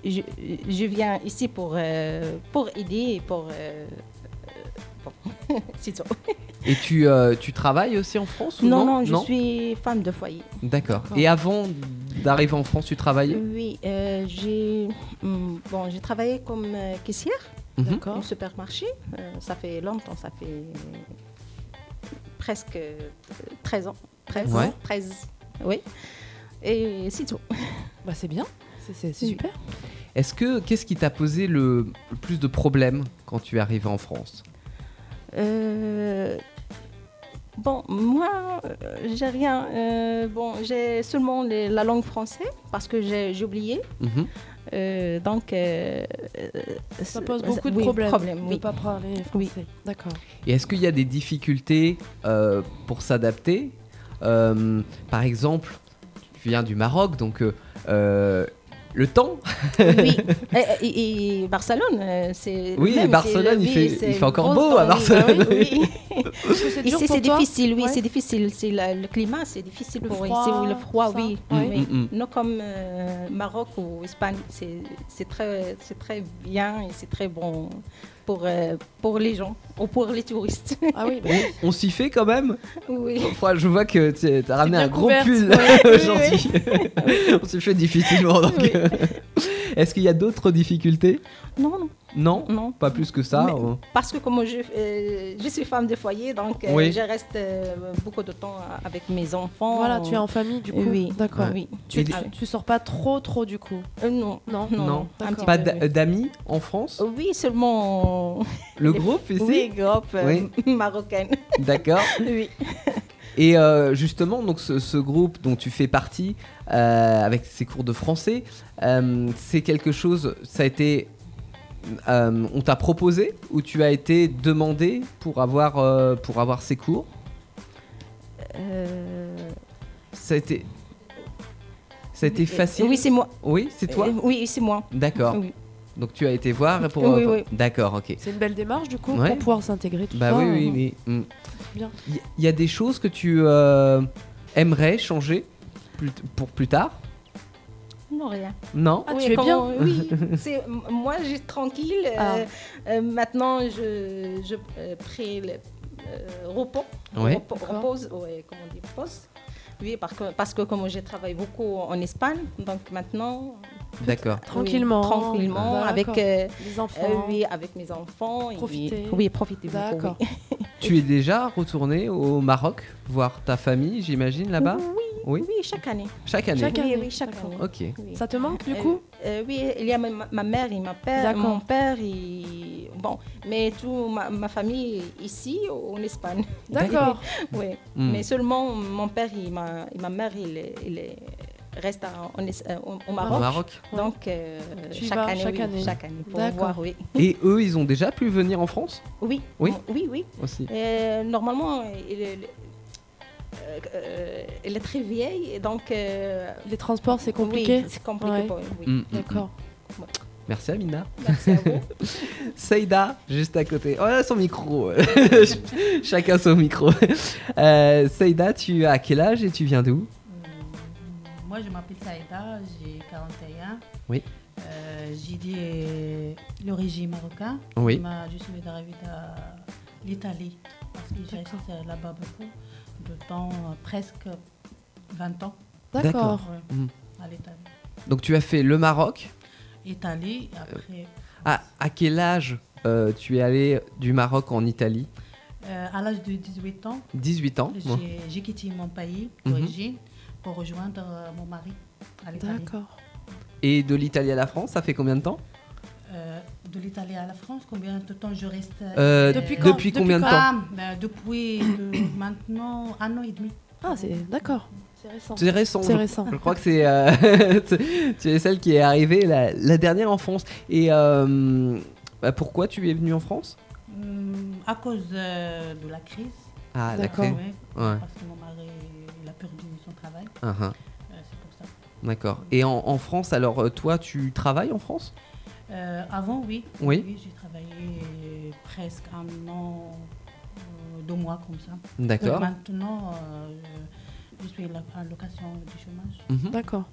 je, je viens ici pour, euh, pour aider et pour. euh, euh, bon, [LAUGHS] c'est tout.
Et tu, euh, tu travailles aussi en France ou
non,
non
non, je suis femme de foyer.
D'accord.
D'accord.
Et avant d'arriver en France, tu travaillais
Oui, euh, j'ai hum, bon, j'ai travaillé comme euh, caissière
Mhm.
au supermarché. Euh, ça fait longtemps, ça fait euh, presque euh, 13 ans. 13
Ouais.
13, oui. Et c'est tout.
Bah c'est bien, c'est- c'est c'est super.
Est-ce que qu'est-ce qui t'a posé le, le plus de problèmes quand tu es arrivé en France
Euh, bon, moi, euh, j'ai rien. euh, bon, j'ai seulement les- la langue française parce que j'ai j'ai oublié.
Mhm.
Euh, donc, euh,
Ça
euh,
pose beaucoup de
oui,
problèmes
problème,
de
oui.
pas parler français. D'accord.
Et est-ce qu'il y a des difficultés euh, pour s'adapter Euh, Par exemple, tu viens du Maroc, donc euh, euh, le temps.
Oui. [LAUGHS] Et, et- et Barcelone, euh, c'est.
[LAUGHS] Oui,
même,
Barcelone,
c'est-
il fait-
oui,
il
c'est
fait encore
grosse
beau à
temps, oui,
Barcelone.
oui,
[LAUGHS]
oui.
c'est dur
Ici,
pour
c'est
toi
difficile, oui,
Ouais.
c'est difficile. C'est la- le climat, c'est difficile pour
froid,
ici, oui, le froid, oui.
ouais.
Mais
Mm, mm,
Non comme euh, Maroc ou Espagne, c'est c'est très, c'est très bien et c'est très bon pour, euh, pour les gens ou pour les touristes.
Ah oui,
On, on s'y fait quand même
oui.
Enfin, je vois que tu as ramené
bien
un gros
couverte,
pull [LAUGHS]
ouais.
aujourd'hui. [LAUGHS] On s'y fait difficilement. donc. euh, Est-ce qu'il y a d'autres difficultés
Non, non.
non,
Non.
Pas plus que ça.
Mais-
hein.
Parce que comme je, euh, je suis femme de foyer, donc euh,
Oui.
je reste euh, beaucoup de temps avec mes enfants.
Voilà, tu es en famille du coup.
Oui,
D'accord.
Oui. Euh,
Tu,
Et-
tu, tu sors pas trop trop du coup.
non.
Non.
Non,
un petit
pas
peu,
d'a-
oui.
d'amis en France
Oui, seulement.
[LAUGHS] Le groupe ici
Oui, groupe euh, [LAUGHS] marocain.
D'accord.
[LAUGHS] oui.
Et euh, justement, donc ce, ce groupe dont tu fais partie, euh, avec ses cours de français, euh, c'est quelque chose, ça a été... euh, on t'a proposé ou tu as été demandé pour avoir, euh, pour avoir ces cours
Euh,
Ça a été. Ça a été facile
Oui, c'est moi.
Oui, c'est toi
Euh, oui, c'est moi.
D'accord.
Oui.
Donc tu as été voir pour.
Oui, oui.
D'accord, ok.
C'est une belle démarche du coup
Ouais.
pour pouvoir s'intégrer tout
Bah
ça.
oui,
hein.
oui, oui. mm.
Bien.
Il y- y, a des choses que tu euh, aimerais changer plus t- pour plus tard
Non, rien.
Non
Ah, tu es bien.
Oui,
[LAUGHS]
c'est- m- moi, je suis tranquille. euh,
Ah.
euh, maintenant, je, je euh, prie le euh, repos.
Ouais.
Repos- repose, ouais, comment on dit, pause. Oui, parce que, parce que comme je travaille beaucoup en Espagne, donc maintenant...
D'accord. Bah,
Tranquillement.
oui, tranquillement,
D'accord.
avec, euh,
Les enfants.
euh, oui, avec mes enfants. et-
Profiter.
oui, profiter beaucoup, oui.
D'accord.
Tu es déjà retourné au Maroc voir ta famille, j'imagine, là-bas Oui.
[LAUGHS] Oui, chaque année.
Chaque année.
Chaque année.
Oui, oui, chaque année.
Ok.
Oui.
Ça te manque du
Euh,
coup
euh, Oui, il y a ma, ma mère et ma père,
D'accord.
mon père. Et... Bon, mais tout ma, ma famille est ici en Espagne.
D'accord.
[LAUGHS] oui,
Hmm.
mais seulement mon père et ma, et ma mère, il, est- il est- reste en- en Es- euh, au, au Maroc.
Au Maroc.
Donc, euh,
Tu y
chaque,
vas
année,
chaque
oui,
année.
chaque année, pour
D'accord.
voir, oui.
Et eux, ils ont déjà pu venir en France
Oui,
Oui.
oui. oui.
aussi
Euh, normalement, il est, euh, euh, il est très vieille, et donc... euh,
Les transports c'est compliqué.
oui, c'est compliqué
Ouais.
pour eux, oui.
Mm, mm, mm.
D'accord.
Merci Amina.
Merci à vous.
[LAUGHS] Saïda, juste à côté. Oh là, son micro. [LAUGHS] Ch- Chacun son micro. Euh, Saïda, tu as quel âge et tu viens d'où
moi, je m'appelle Saïda, j'ai 41.
Oui.
Euh, j'ai dit euh, l'origine marocain.
Oui.
Ma- je suis arrivée à l'Italie parce que je reste euh, là-bas beaucoup de temps, euh, presque 20 ans.
D'accord.
Ouais,
Mhm.
À l'Italie.
Donc tu as fait le Maroc. Euh,
Italie, après,
À, à quel âge euh, tu es allé du Maroc en Italie
euh, à l'âge de 18 ans,
18 ans.
j'ai-
ouais.
j'ai quitté mon pays
Mhm.
d'origine pour rejoindre euh, mon mari à l'Italie. D'accord.
Et de l'Italie à la France, ça fait combien de temps
Euh, de l'Italie à la France, combien de temps je reste
Euh, Depuis quand depuis combien de temps
Ah, ben, Depuis de- [COUGHS] maintenant un an et demi. Ah, c'est d'accord. C'est récent.
C'est récent. je- Je, crois que c'est. euh, [LAUGHS] tu- tu es celle qui est arrivée la, la dernière en France. Et euh, bah, pourquoi tu es venue en France
Hum, à cause euh, de la crise.
Ah, la D'accord. crise.
Ouais,
Ouais.
Parce que mon mari il a perdu son travail.
Uh-huh.
Euh, c'est pour ça.
D'accord. Et en, en France, alors euh, toi, tu travailles en France
Euh, avant, oui.
Oui.
j'ai travaillé presque un an, euh, deux mois comme ça.
D'accord.
Et Maintenant, euh, je suis là- en location du chômage.
Mhm.
D'accord.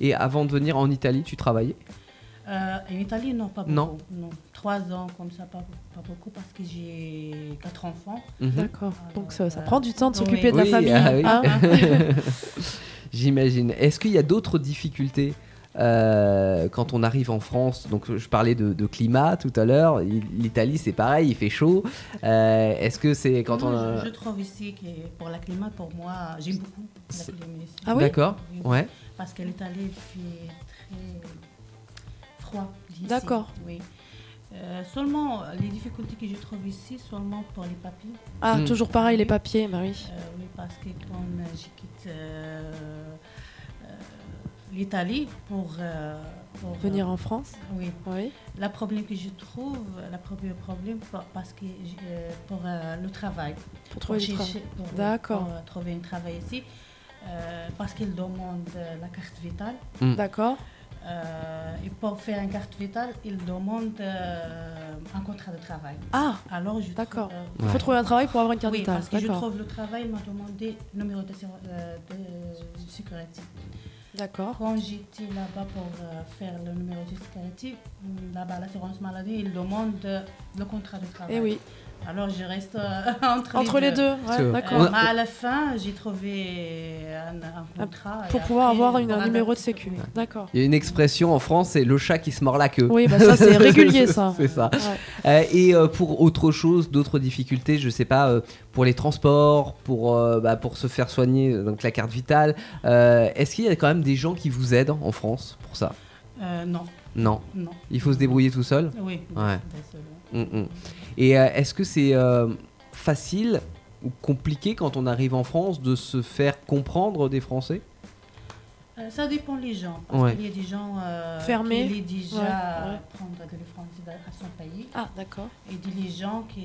Et avant de venir en Italie, tu travaillais
Euh, en Italie, non, pas beaucoup.
Non.
Trois ans comme ça, pas, pas beaucoup, parce que j'ai quatre enfants.
Mhm.
D'accord. Donc ça, ça
euh,
prend du temps de
oui. ah.
s'occuper de la
Oui,
famille.
ah oui.
hein.
[LAUGHS] J'imagine. Est-ce qu'il y a d'autres difficultés euh, quand on arrive en France Donc, je parlais de, de climat tout à l'heure. Il- L'Italie, c'est pareil, il fait chaud. Euh, Est-ce que c'est quand
Non,
on.
je, je trouve ici que pour la climat, pour moi, j'aime beaucoup la climat ici.
Ah oui D'accord,
Oui.
ouais.
Parce que l'Italie il fait très froid. ici.
D'accord.
Oui. Euh, seulement, les difficultés que je trouve ici, seulement pour les papiers.
Ah,
Hmm.
Mm. toujours pareil, les papiers, bah oui.
Euh, oui, parce que quand euh, je quitte euh, euh, l'Italie pour, euh, pour,
Venir
euh,
en France
oui. La problème que je trouve, la problème, problème pa- parce que j- euh, pour euh, le travail. Pour
trouver du
chercher-
travail.
pour- pour,
D'accord.
euh, trouver un travail ici. euh, parce qu'ils demandent euh, la carte vitale.
Mm. D'accord.
Euh, et pour faire une carte vitale, ils demandent euh, un contrat de travail.
Ah
Alors, je D'accord.
Il faut trouver un travail pour avoir une carte
oui,
vitale.
parce que je
D'accord.
trouve le travail, il m'a demandé numéro de, sé- euh, de sécurité.
D'accord.
Quand j'étais là-bas pour euh, faire le numéro de sécurité, hum, là-bas, l'assurance maladie, il demande euh, le contrat de travail.
Eh oui.
Alors je reste euh, [LAUGHS] entre,
Entre les deux, ouais,
Parce que d'accord. on a-
à la fin, j'ai trouvé un, un contrat.
Ah, Pour
et
pouvoir
après,
avoir une-
pour
un numéro de sécu. D'accord.
Il y a une expression en France, c'est le chat qui se mord la queue.
Oui, bah
[LAUGHS]
ça, c'est régulier, ça.
c'est ça. Euh, et euh, pour autre chose, d'autres difficultés, je sais pas, euh, pour les transports, pour, euh, bah, pour se faire soigner, euh, donc la carte vitale, euh, est-ce qu'il y a quand même des gens qui vous aident en France pour ça
Euh, non.
Non.
Non.
Il faut se débrouiller tout seul
Oui,
Ouais.
bien
Mm, mm. Et euh, est-ce que c'est euh, facile ou compliqué quand on arrive en France de se faire comprendre des Français
Euh, ça dépend les gens. Parce
Ouais.
qu'il y a des gens euh,
Fermés.
qui les déjà
Ouais, ouais.
prendre de les français dans- à son pays.
Ah, d'accord.
Et des les gens qui.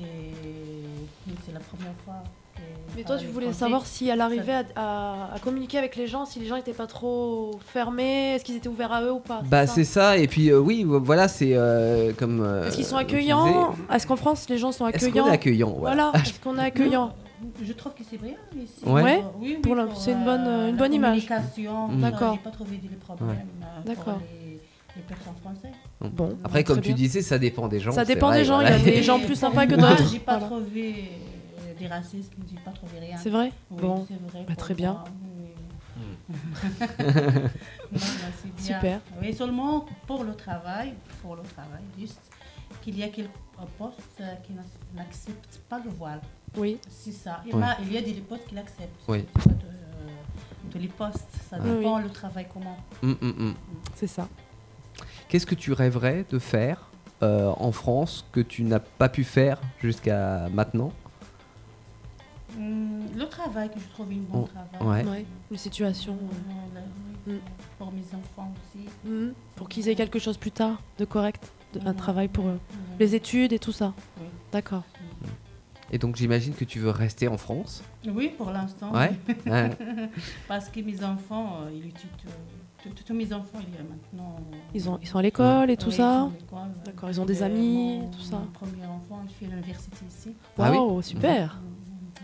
C'est la première fois. que
Mais toi,
parle
tu
le
voulais
français.
savoir si elle
Ça-
arrivait à, à- à communiquer avec les gens, si les gens n'étaient pas trop fermés, est-ce qu'ils étaient ouverts à eux ou pas
Bah c'est ça, et puis euh, oui, vo- voilà, c'est euh, comme... euh,
Est-ce qu'ils sont
je
accueillants
disais.
Est-ce qu'en France, les gens sont
Est-ce qu'on est
accueillants
accueillant, voilà. [LAUGHS]
Voilà, est-ce qu'on est accueillant
Je trouve que c'est bien ici.
Ouais. Ouais,
oui,
Eh, pour la- c'est une bonne-
euh,
une
la
bonne image.
communication,
Mm.
ça,
D'accord.
J'ai pas trouvé des problèmes
Ouais.
euh,
D'accord.
pour les, les personnes françaises.
Bon, Après, comme tu disais, ça dépend des gens.
Ça
c'est
dépend
vrai,
des gens, il y a
voilà.
des gens plus
[LAUGHS]
sympas
Moi,
que d'autres.
J'ai pas
Voilà.
trouvé euh, des racistes, j'ai pas trouvé rien.
C'est vrai
Oui,
Bon,
c'est vrai
bah,
pour
très bien.
moi, oui. [LAUGHS] Non, bah, c'est bien.
Super.
Oui, seulement pour le travail, pour le travail, juste qu'il y a quelques postes euh, qui n'ac- n'acceptent pas le voile.
Oui.
C'est ça. Il,
Oui.
y a, il y a des postes qui l'acceptent.
Oui.
C'est pas De, euh, de les postes, ça
Oui.
dépend le travail comment.
Mm, mm, mm.
C'est ça.
Qu'est-ce que tu rêverais de faire euh, en France que tu n'as pas pu faire jusqu'à maintenant
Hum, le travail que je trouve une bon
Oh,
travail.
ouais.
Une situation.
Voilà, oui. Pour mes enfants aussi.
Mhm. Pour qu'ils aient quelque chose plus tard de correct, de- un
Mhm.
travail pour eux.
Mhm.
Les études et tout ça.
Oui.
D'accord.
Et donc j'imagine que tu veux rester en France
Oui, pour l'instant.
Ouais, ouais.
[LAUGHS] Parce que mes enfants, euh, ils étudient, euh, tous- tous- tous mes enfants, ils, euh, maintenant. euh,
Ils, ont, ils sont à l'école et tout
oui,
ça.
ils sont à l'école.
D'accord, ils ont des
Euh,
amis,
mon-
tout ça.
Mon premier enfant, il fait l'université ici. Mm,
Ah oui Wow, super.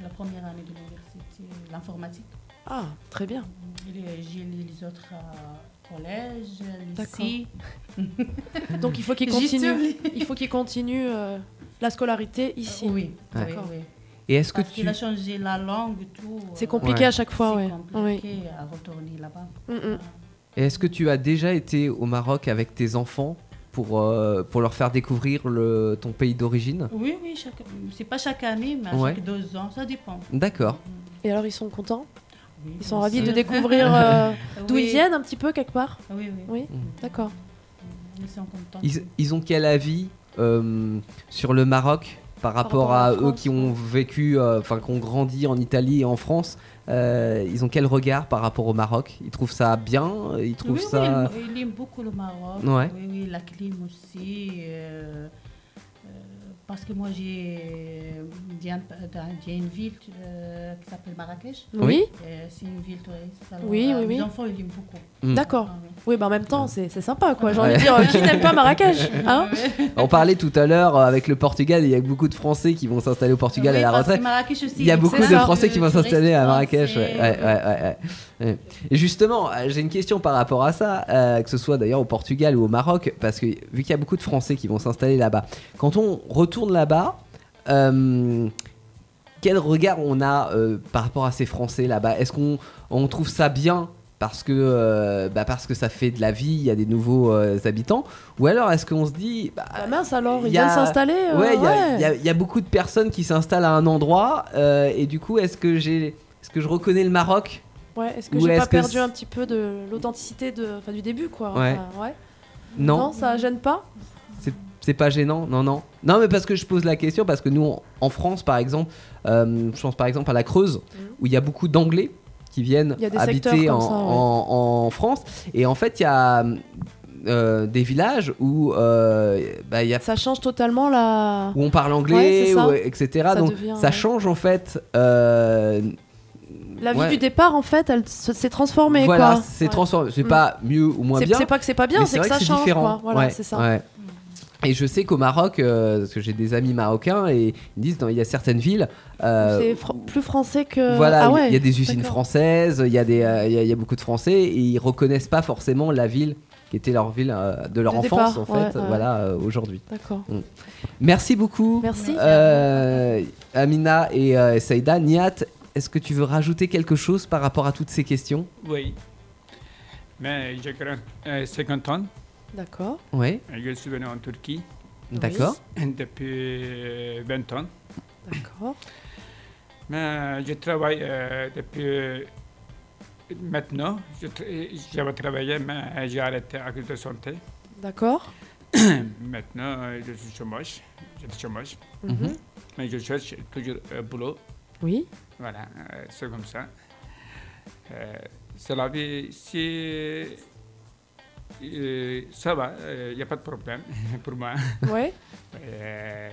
La première année de l'université, l'informatique.
Ah, très bien.
les- j'ai les, les autres euh, collèges,
D'accord.
lycées. [LAUGHS]
Donc il faut qu'il
J'y suis
continue.
allée.
Il faut qu'il continue euh, la scolarité ici.
Euh, oui.
Ouais.
D'accord.
Et est-ce que
Parce
tu.
qu'il a changé la langue, tout. euh,
C'est compliqué Ouais. à chaque fois, ouais. Mm,
C'est compliqué à retourner là-bas. Ah,
Et est-ce que tu as déjà été au Maroc avec tes enfants pour, euh, pour leur faire découvrir le, ton pays d'origine
Oui, oui, chaque... c'est pas chaque année, mais à
Ouais.
chaque deux ans, ça dépend.
D'accord.
Et alors ils sont contents Ils sont
bien
ravis
sûr.
de découvrir euh, d'où
Mm. [LAUGHS] Oui.
ils viennent un petit peu quelque part
Oui, oui.
Oui,
Mm.
d'accord.
Ils sont contents.
Ils, ils ont quel avis euh, sur le Maroc par rapport
rapport à
à
la
eux qui ont vécu, euh, enfin qui ont grandi en Italie et en France Euh, Ils ont quel regard par rapport au Maroc Ils trouvent ça bien Ils trouvent
oui,
ça.
oui, il aime beaucoup le Maroc.
Ouais.
Oui, oui, la clim aussi. euh, euh, parce que moi, j'ai euh, j'ai un- j'ai une ville euh, qui s'appelle Marrakech.
Oui.
Euh, c'est une ville touriste. alors,
Oui,
euh,
oui,
Mes
oui.
enfants, ils aiment beaucoup.
D'accord.
Ah,
Oui, bah en même temps, c'est c'est sympa quoi. J'ai envie
Mm. Ouais.
de dire, euh, qui n'aime
[LAUGHS]
pas Marrakech hein
On parlait tout à l'heure euh, avec le Portugal, il y a beaucoup de Français qui vont s'installer au Portugal
Oui,
à la
parce que
retraite.
Marrakech aussi,
il y a beaucoup
c'est
de
ça. Euh,
Français qui
Le
vont s'installer à
tourisme
Marrakech. ouais,
français,
ouais, ouais, ouais, ouais. Et justement, euh, j'ai une question par rapport à ça, euh, que ce soit d'ailleurs au Portugal ou au Maroc, parce que vu qu'il y a beaucoup de Français qui vont s'installer là-bas, quand on retourne là-bas, euh, quel regard on a euh, par rapport à ces Français là-bas Est-ce qu'on on trouve ça bien parce que, euh, bah, parce que ça fait de la vie, il y a des nouveaux euh, habitants Ou alors est-ce qu'on se dit, bah,
Ah mince alors,
il
ils
y a-
viennent s'installer euh,
ouais, il y a-
ouais.
il y, a- il y a beaucoup de personnes qui s'installent à un endroit euh, et du coup, est-ce que j'ai, est-ce que je reconnais le Maroc
Ouais, est-ce que
Ou
j'ai
est-ce
pas
que
perdu
c'est-
un petit peu de l'authenticité de, enfin, du début quoi
Ouais.
Enfin, ouais.
Non.
ça gêne pas
c'est, c'est pas gênant Non, non, non, mais parce que je pose la question parce que nous, en- en France, par exemple, euh, je pense par exemple à la Creuse où il y a beaucoup d'Anglais qui viennent
Mhm. Il y a des
habiter
secteurs
en,
comme ça, ouais.
en- en France et en fait, il y a euh, des villages où euh, bah, il y a
Ça change totalement la.
où on parle
Ouais,
anglais,
c'est ça.
ou- etc.
Ça
Donc
devient,
ça
ouais.
change en fait. euh,
La vie
ouais.
du départ en fait, elle se- s'est transformée
voilà,
quoi.
c'est
Ouais.
transformé. C'est
Mm.
pas mieux ou moins
C'est-
bien.
c'est pas que c'est pas bien,
mais
c'est que
vrai
ça
c'est
change,
différent.
quoi. Voilà,
Ouais,
c'est ça.
ouais. Et je sais qu'au Maroc, euh, parce que j'ai des amis marocains et ils me disent non, il y a certaines villes. euh,
C'est fr- plus français que.
voilà,
Ah
il y-
ouais,
il y a des usines
d'accord.
françaises, il y, a des, euh, il y a- il y a beaucoup de Français et ils reconnaissent pas forcément la ville qui était leur ville euh, de leur
De
enfance
départ,
en fait.
ouais, ouais.
Voilà, euh, aujourd'hui.
D'accord.
Mm. Merci beaucoup.
Merci.
Euh, Amina et euh, Saïda, Niat, est-ce que tu veux rajouter quelque chose par rapport à toutes ces questions
Oui. Mais j'ai quarante- euh, 50 ans.
D'accord.
Oui.
Et Je suis venu en Turquie.
D'accord.
Depuis euh, 20 ans.
D'accord.
Mais je travaille euh, depuis maintenant. Je tra- J'avais travaillé, mais j'ai arrêté à cause de santé.
D'accord.
[CLEARS THROAT] Maintenant, euh, je suis chômage. Je suis chômage.
Mhm.
Mais je cherche toujours un boulot.
Oui.
Voilà, euh, c'est comme ça. Euh, c'est la vie. Si. euh, ça va, il n'y a pas de problème [LAUGHS] pour moi.
Ouais.
[LAUGHS] Euh,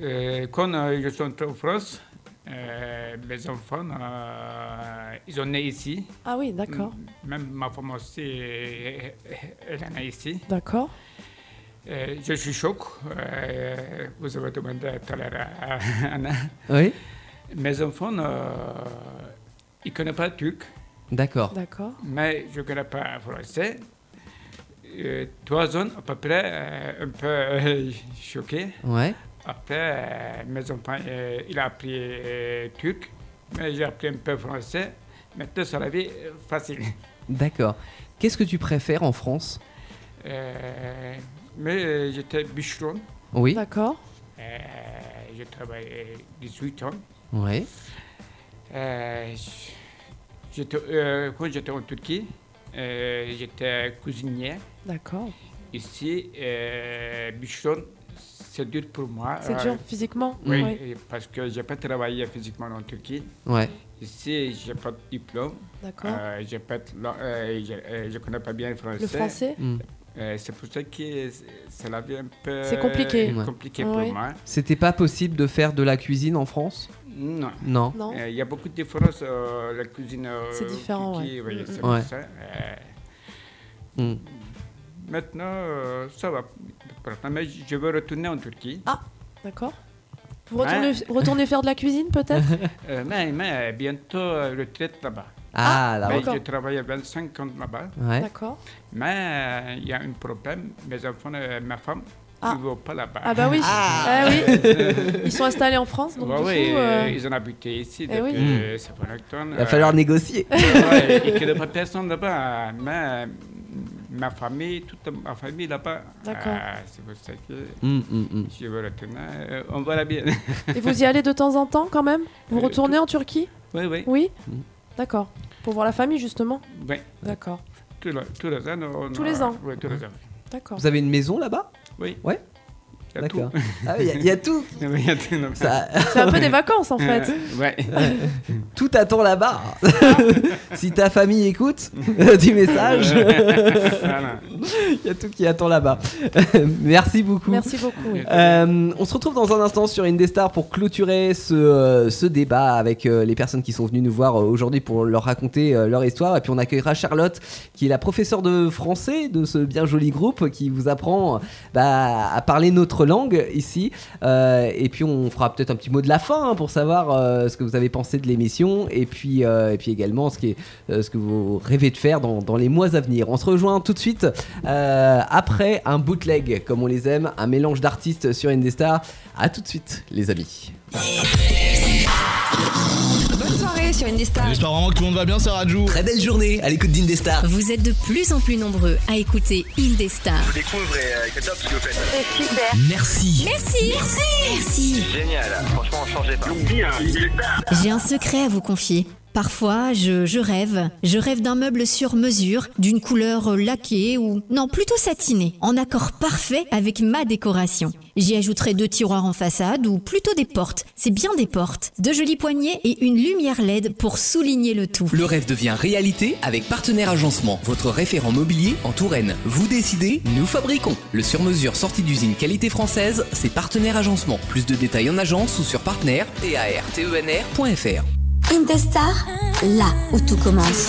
euh, quand euh, je suis entré en France, euh, mes enfants, euh, ils sont nés ici.
Ah oui, d'accord.
Même ma femme aussi, euh, elle est née ici.
D'accord.
Euh, je suis choc. euh, vous avez demandé tout à l'heure à Anna.
Oui.
Mes enfants, euh, ils ne connaissent pas le turc,
D'accord.
D'accord.
mais je ne connais pas français. Euh, trois ans à peu près, euh, un peu euh, choqué.
Ouais.
Après, euh, mes enfants, euh, il a appris euh, turc, mais j'ai appris un peu français. Maintenant, c'est la vie euh, facile.
D'accord. Qu'est-ce que tu préfères en France
Euh, mais euh, j'étais bûcheron.
Oui.
D'accord.
Euh, je travaillais 18 ans.
Ouais.
Euh, j'étais, euh, quand j'étais en Turquie, euh, j'étais cuisinier.
D'accord.
Ici, euh, bûcheron, c'est dur pour moi. euh,
C'est dur physiquement,
Oui,
oui.
et parce que j'ai pas travaillé physiquement en Turquie.
Ouais.
Ici, j'ai pas de diplôme.
D'accord.
Euh, j'ai pas de la- euh, je, euh, je connais pas bien le français.
français
Mm.
Euh, c'est pour ça que c'est- c'est la vie un peu
C'est compliqué.
Ouais.
Euh, compliqué
Ouais.
pour moi.
C'était pas possible de faire de la cuisine en France
Non.
Non.
Euh, Il y a beaucoup de différences. euh, la cuisine. euh,
C'est différent,
turquie,
ouais.
vous voyez,
Mm,
c'est
mm.
pour
Ouais.
ça. Euh,
Mm.
maintenant, euh, ça va. Maintenant, je veux retourner en Turquie.
Ah, d'accord. Vous retournez, retournez faire de la cuisine peut-être
Euh, mais, mais bientôt euh, retraite là-bas.
Ah,
Mais
là-bas.
J'ai travaillé 25 ans là-bas.
Ouais.
D'accord.
Mais euh, il y a un problème. Mes enfants, euh, ma femme,
Ah.
ils ne vont pas là-bas.
Ah bah oui. Ah.
[LAUGHS]
Eh oui. Ils sont installés en France, donc
Ouais,
du
ouais,
coup,
euh,
euh,
ils ont habité ici
eh
depuis
oui.
euh, Southampton.
Mm. Il va falloir négocier.
[LAUGHS] ouais,
[LAUGHS]
il n'y a pas personne là-bas. Mais euh, ma famille, toute ma famille là-bas.
D'accord.
Ah, c'est pour ça que
Mm, mm, mm.
je veux retourner. Euh, on verra bien.
Et vous y allez de temps en temps quand même Vous
Euh,
retournez en Turquie
Oui, oui.
Oui
Mhm.
D'accord. Pour voir la famille justement
Ouais.
D'accord.
Tous les tous les ans. on
Tous
a-
les ans
ouais, tous les ans.
D'accord.
Vous avez une maison là-bas
Oui.
Ouais
Il y a tout. [LAUGHS]
D'accord. Ah oui, il y a- il y a tout.
Oui, il y a tout, non.
Ça-
[LAUGHS] C'est un peu des vacances, en fait.
ouais.
[LAUGHS] Tout attend là-bas. [LAUGHS] si ta famille écoute, [LAUGHS] du message.
[LAUGHS] Voilà.
Il [LAUGHS] y a tout qui attend là-bas. Merci beaucoup.
Merci beaucoup, oui.
Euh, on se retrouve dans un instant sur Indestar pour clôturer ce, euh, ce débat avec euh, les personnes qui sont venues nous voir euh, aujourd'hui pour leur raconter euh, leur histoire. Et puis on accueillera Charlotte, qui est la professeure de français de ce bien joli groupe qui vous apprend euh, bah, à parler notre langue ici. Euh, et puis on fera peut-être un petit mot de la fin hein, pour savoir euh, ce que vous avez pensé de l'émission et puis, euh, et puis également ce, qui est, euh, ce que vous rêvez de faire dans, dans les mois à venir. On se rejoint tout de suite euh, après un bootleg, comme on les aime, un mélange d'artistes sur Indestar. A tout de suite, les amis.
Bonne soirée sur Indestar.
J'espère vraiment que tout le monde va bien, Sarah Jou.
Très
belle journée à l'écoute d'Indestar.
Vous êtes de plus en plus nombreux à écouter Indestar.
découvrez c'est top ce que vous faites.
C'est super.
Merci.
Merci. Merci. Merci.
Génial, franchement, changez pas.
J'ai un secret à vous confier. Parfois, je, je rêve. Je rêve d'un meuble sur mesure, d'une couleur laquée ou... Non, plutôt satinée, en accord parfait avec ma décoration. J'y ajouterai deux tiroirs en façade ou plutôt des portes. C'est bien des portes. Deux jolies poignées et une lumière LED pour souligner le tout.
Le rêve devient réalité avec Partenaire Agencement, votre référent mobilier en Touraine. Vous décidez, nous fabriquons. Le sur-mesure sorti d'usine qualité française, c'est Partenaire Agencement. Plus de détails en agence ou sur partenaire E partenaire.fr.
Indestar, là où tout commence.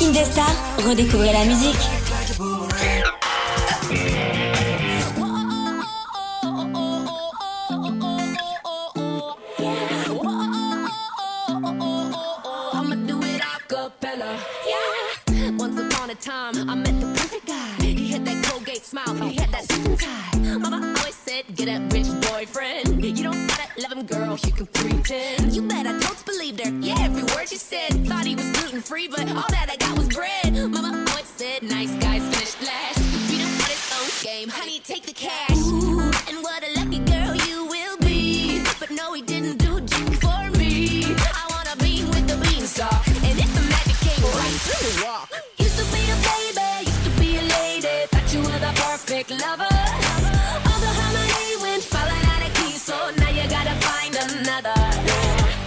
Indestar, redécouvrez la musique.
I'ma do it acapella. Yeah. Once upon a time, I met the perfect guy. He had that Colgate smile. He had that super tie. Mama always said, get a rich boyfriend. You don't gotta love him, girl. You can pretend. You bet I don't believed her. Yeah, every word she said. Thought he was gluten free, but all that I got was bread. Mama always said, nice guys finish last. Beat him at his own game. Honey, take the cash. Ooh, and what a lucky girl you will be. But no, he didn't do jack for me. I wanna be with the beanstalk. And if the magic came right through the wall. Used to be a baby, used to be a lady. Thought you were the perfect lover. All the harmony went falling out of key, so now you gotta find another.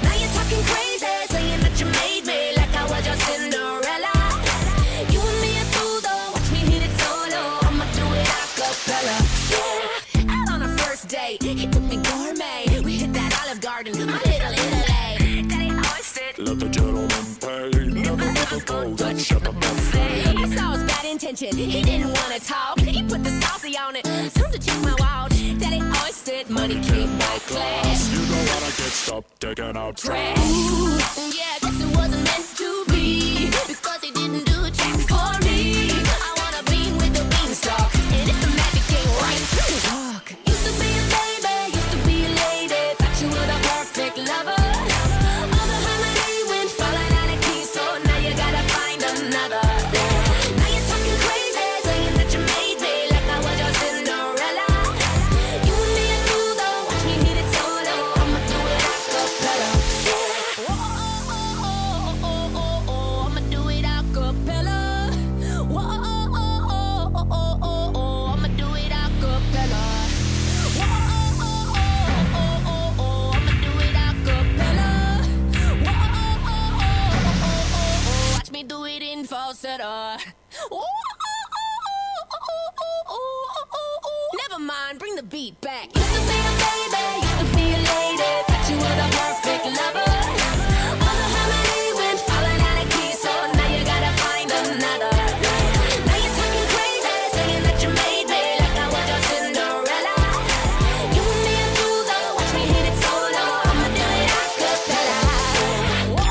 Now you're talking crazy, saying that you made me like I was your Cinderella. You and me are through though, watch me hit it solo. I'ma do it a cappella. Yeah, out on a first date, he took me gourmet. We hit that Olive Garden, my little Italy. Daddy always said,
Let the gentleman pay. Never ever go that shut the
I saw his bad intention. He didn't wanna talk. He put the saucy on it. Time to check my wallet. Daddy always said money can't buy class.
You don't wanna get stopped taking out
Trash. Ooh, yeah, I guess it wasn't meant to be because he didn't do a check for me. I wanna be with the beanstalk, and if the magic ain't right, through the dark. Used to be a baby, used to be a lady. Thought you were the perfect lover. All the harmony went falling out of key, so now you gotta find another. Now you're talking crazy, saying that you made me like I was your Cinderella. You and me are cool though, watch me hit it solo. I'ma do it a cappella. Yeah. Oh, oh, oh, oh, oh, oh, Never mind, bring the beat back. Used to be a baby, used to be a lady. Thought you were the perfect lover. Wonder how many went falling out of key, so now you gotta find another. Now you're talking crazy, saying that you made me like I was your Cinderella. You and me and you though, watch me hit it solo. I'ma do it a cappella.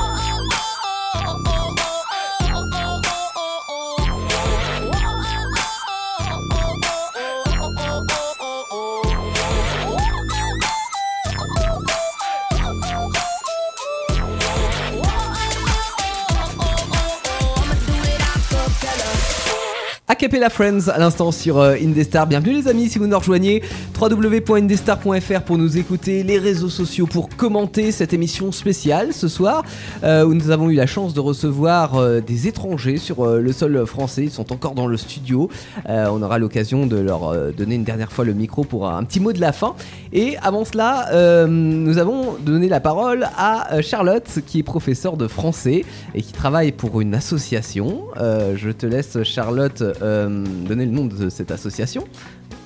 Acapella Friends à l'instant sur euh, Indestar. Bienvenue les amis si vous nous rejoignez. www.indestar.fr pour nous écouter, les réseaux sociaux pour commenter cette émission spéciale ce soir euh, où nous avons eu la chance de recevoir euh, des étrangers sur euh, le sol français. Ils sont encore dans le studio. Euh, on aura l'occasion de leur euh, donner une dernière fois le micro pour un petit mot de la fin. Et avant cela, euh, nous avons donné la parole à euh, Charlotte qui est professeure de français et qui travaille pour une association. Euh, je te laisse Charlotte euh, donner le nom de cette association.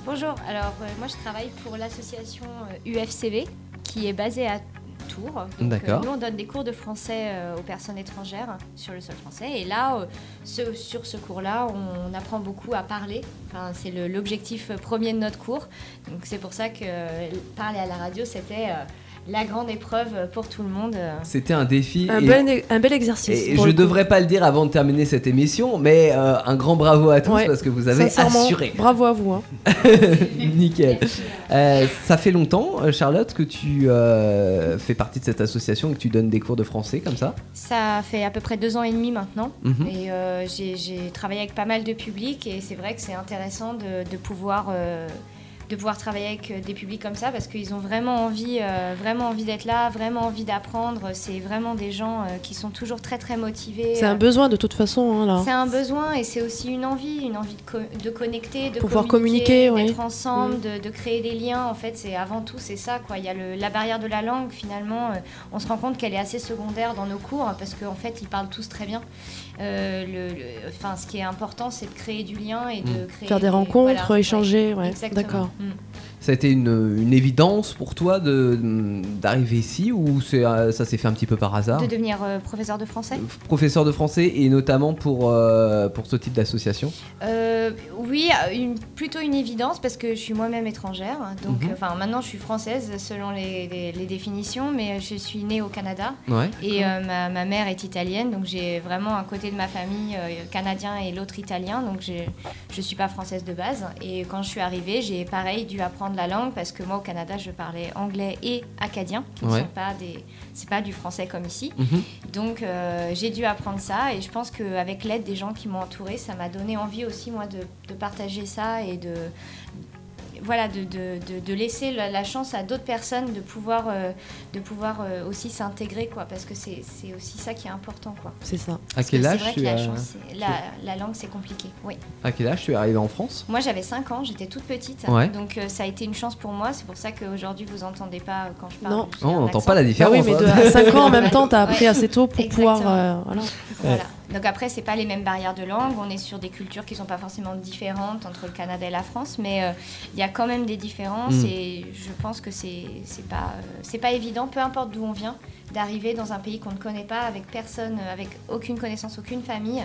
Bonjour, alors euh, moi je travaille pour l'association euh, UFCV qui est basée à Tours. Donc,
D'accord.
euh, nous on donne des cours de français euh, aux personnes étrangères sur le sol français et là, euh, ce- sur ce cours-là, on, apprend beaucoup à parler. Enfin, c'est le- l'objectif euh, premier de notre cours. Donc c'est pour ça que euh, parler à la radio c'était euh, la grande épreuve pour tout le monde. euh.
C'était un défi.
Un,
et-
bel, un bel exercice.
Et
pour
je
le coup.
devrais pas le dire avant de terminer cette émission, mais euh, un grand bravo à tous
Ouais,
parce que vous avez
sincèrement,
assuré. euh,
Bravo
[LAUGHS]
à vous. hein.
Nickel. Euh, ça fait longtemps, euh, Charlotte, que tu euh, fais partie de cette association et que tu donnes des cours de français comme ça.
Ça fait à peu près deux ans et demi maintenant.
Mhm.
Et euh, j'ai- j'ai travaillé avec pas mal de publics. Et c'est vrai que c'est intéressant de, de pouvoir, euh, de pouvoir travailler avec euh, des publics comme ça parce qu'ils ont vraiment envie, euh, vraiment envie d'être là, vraiment envie d'apprendre. C'est vraiment des gens euh, qui sont toujours très très motivés. euh,
C'est un besoin de toute façon. hein, là.
C'est un besoin et c'est aussi une envie, une envie de, co- de connecter, de
Pouvoir
communiquer,
communiquer, ouais.
d'être ensemble,
Mm.
de, de créer des liens. En fait, c'est avant tout c'est ça quoi. Il y a le- la barrière de la langue finalement. euh, on se rend compte qu'elle est assez secondaire dans nos cours hein, parce qu'en fait ils parlent tous très bien. Euh, le- le- enfin, ce qui est important, c'est de créer du lien et de
Mm.
créer
Faire des rencontres,
ouais,
échanger, ouais,
exactement.
d'accord.
Mm.
Ça a été une, une évidence pour toi de- d'arriver ici ou c'est, euh, ça s'est fait un petit peu par hasard
De devenir euh, professeur de français.
Professeur de français et notamment pour, euh, pour ce type d'association.
Euh, oui, une- plutôt une évidence parce que je suis moi-même étrangère. Donc,
Mhm.
enfin, maintenant je suis française selon les, les- les définitions, mais je suis née au Canada
Ouais.
et euh, ma, ma mère est italienne, donc j'ai vraiment un côté de ma famille euh, canadien et l'autre italien, donc j'ai- je suis pas française de base. Et quand je suis arrivée, j'ai pareil dû apprendre la langue parce que moi au Canada je parlais anglais et acadien, qui ne
Ouais.
sont pas des, c'est pas du français comme ici.
Mhm.
Donc euh, j'ai dû apprendre ça et je pense qu'avec l'aide des gens qui m'ont entourée, ça m'a donné envie aussi moi de, de partager ça et de voilà de, de- de- de laisser la, la chance à d'autres personnes de pouvoir euh, de pouvoir euh, aussi s'intégrer quoi parce que c'est c'est aussi ça qui est important quoi.
C'est ça.
À
Parce que
quel
c'est
âge
vrai
tu
que la,
as-
chance, c'est- la, la langue c'est compliqué. Oui.
À quel âge tu es arrivé en France
Moi j'avais 5 ans, j'étais toute petite,
Ouais.
donc euh, ça a été une chance pour moi. C'est pour ça qu'aujourd'hui vous entendez pas euh, quand je parle.
Non.
Oh, on n'entend pas la différence.
Bah oui, mais de,
hein.
à 5 ans en même temps, t'as
[LAUGHS]
appris
Ouais.
assez tôt pour pouvoir.
Exactement.
euh, voilà.
Voilà. Donc après, c'est pas les mêmes barrières de langue. On est sur des cultures qui sont pas forcément différentes entre le Canada et la France, mais euh, il y a quand même des différences.
Mm.
Et je pense que c'est c'est pas euh, c'est pas évident, peu importe d'où on vient, d'arriver dans un pays qu'on ne connaît pas, avec personne, euh, avec aucune connaissance, aucune famille,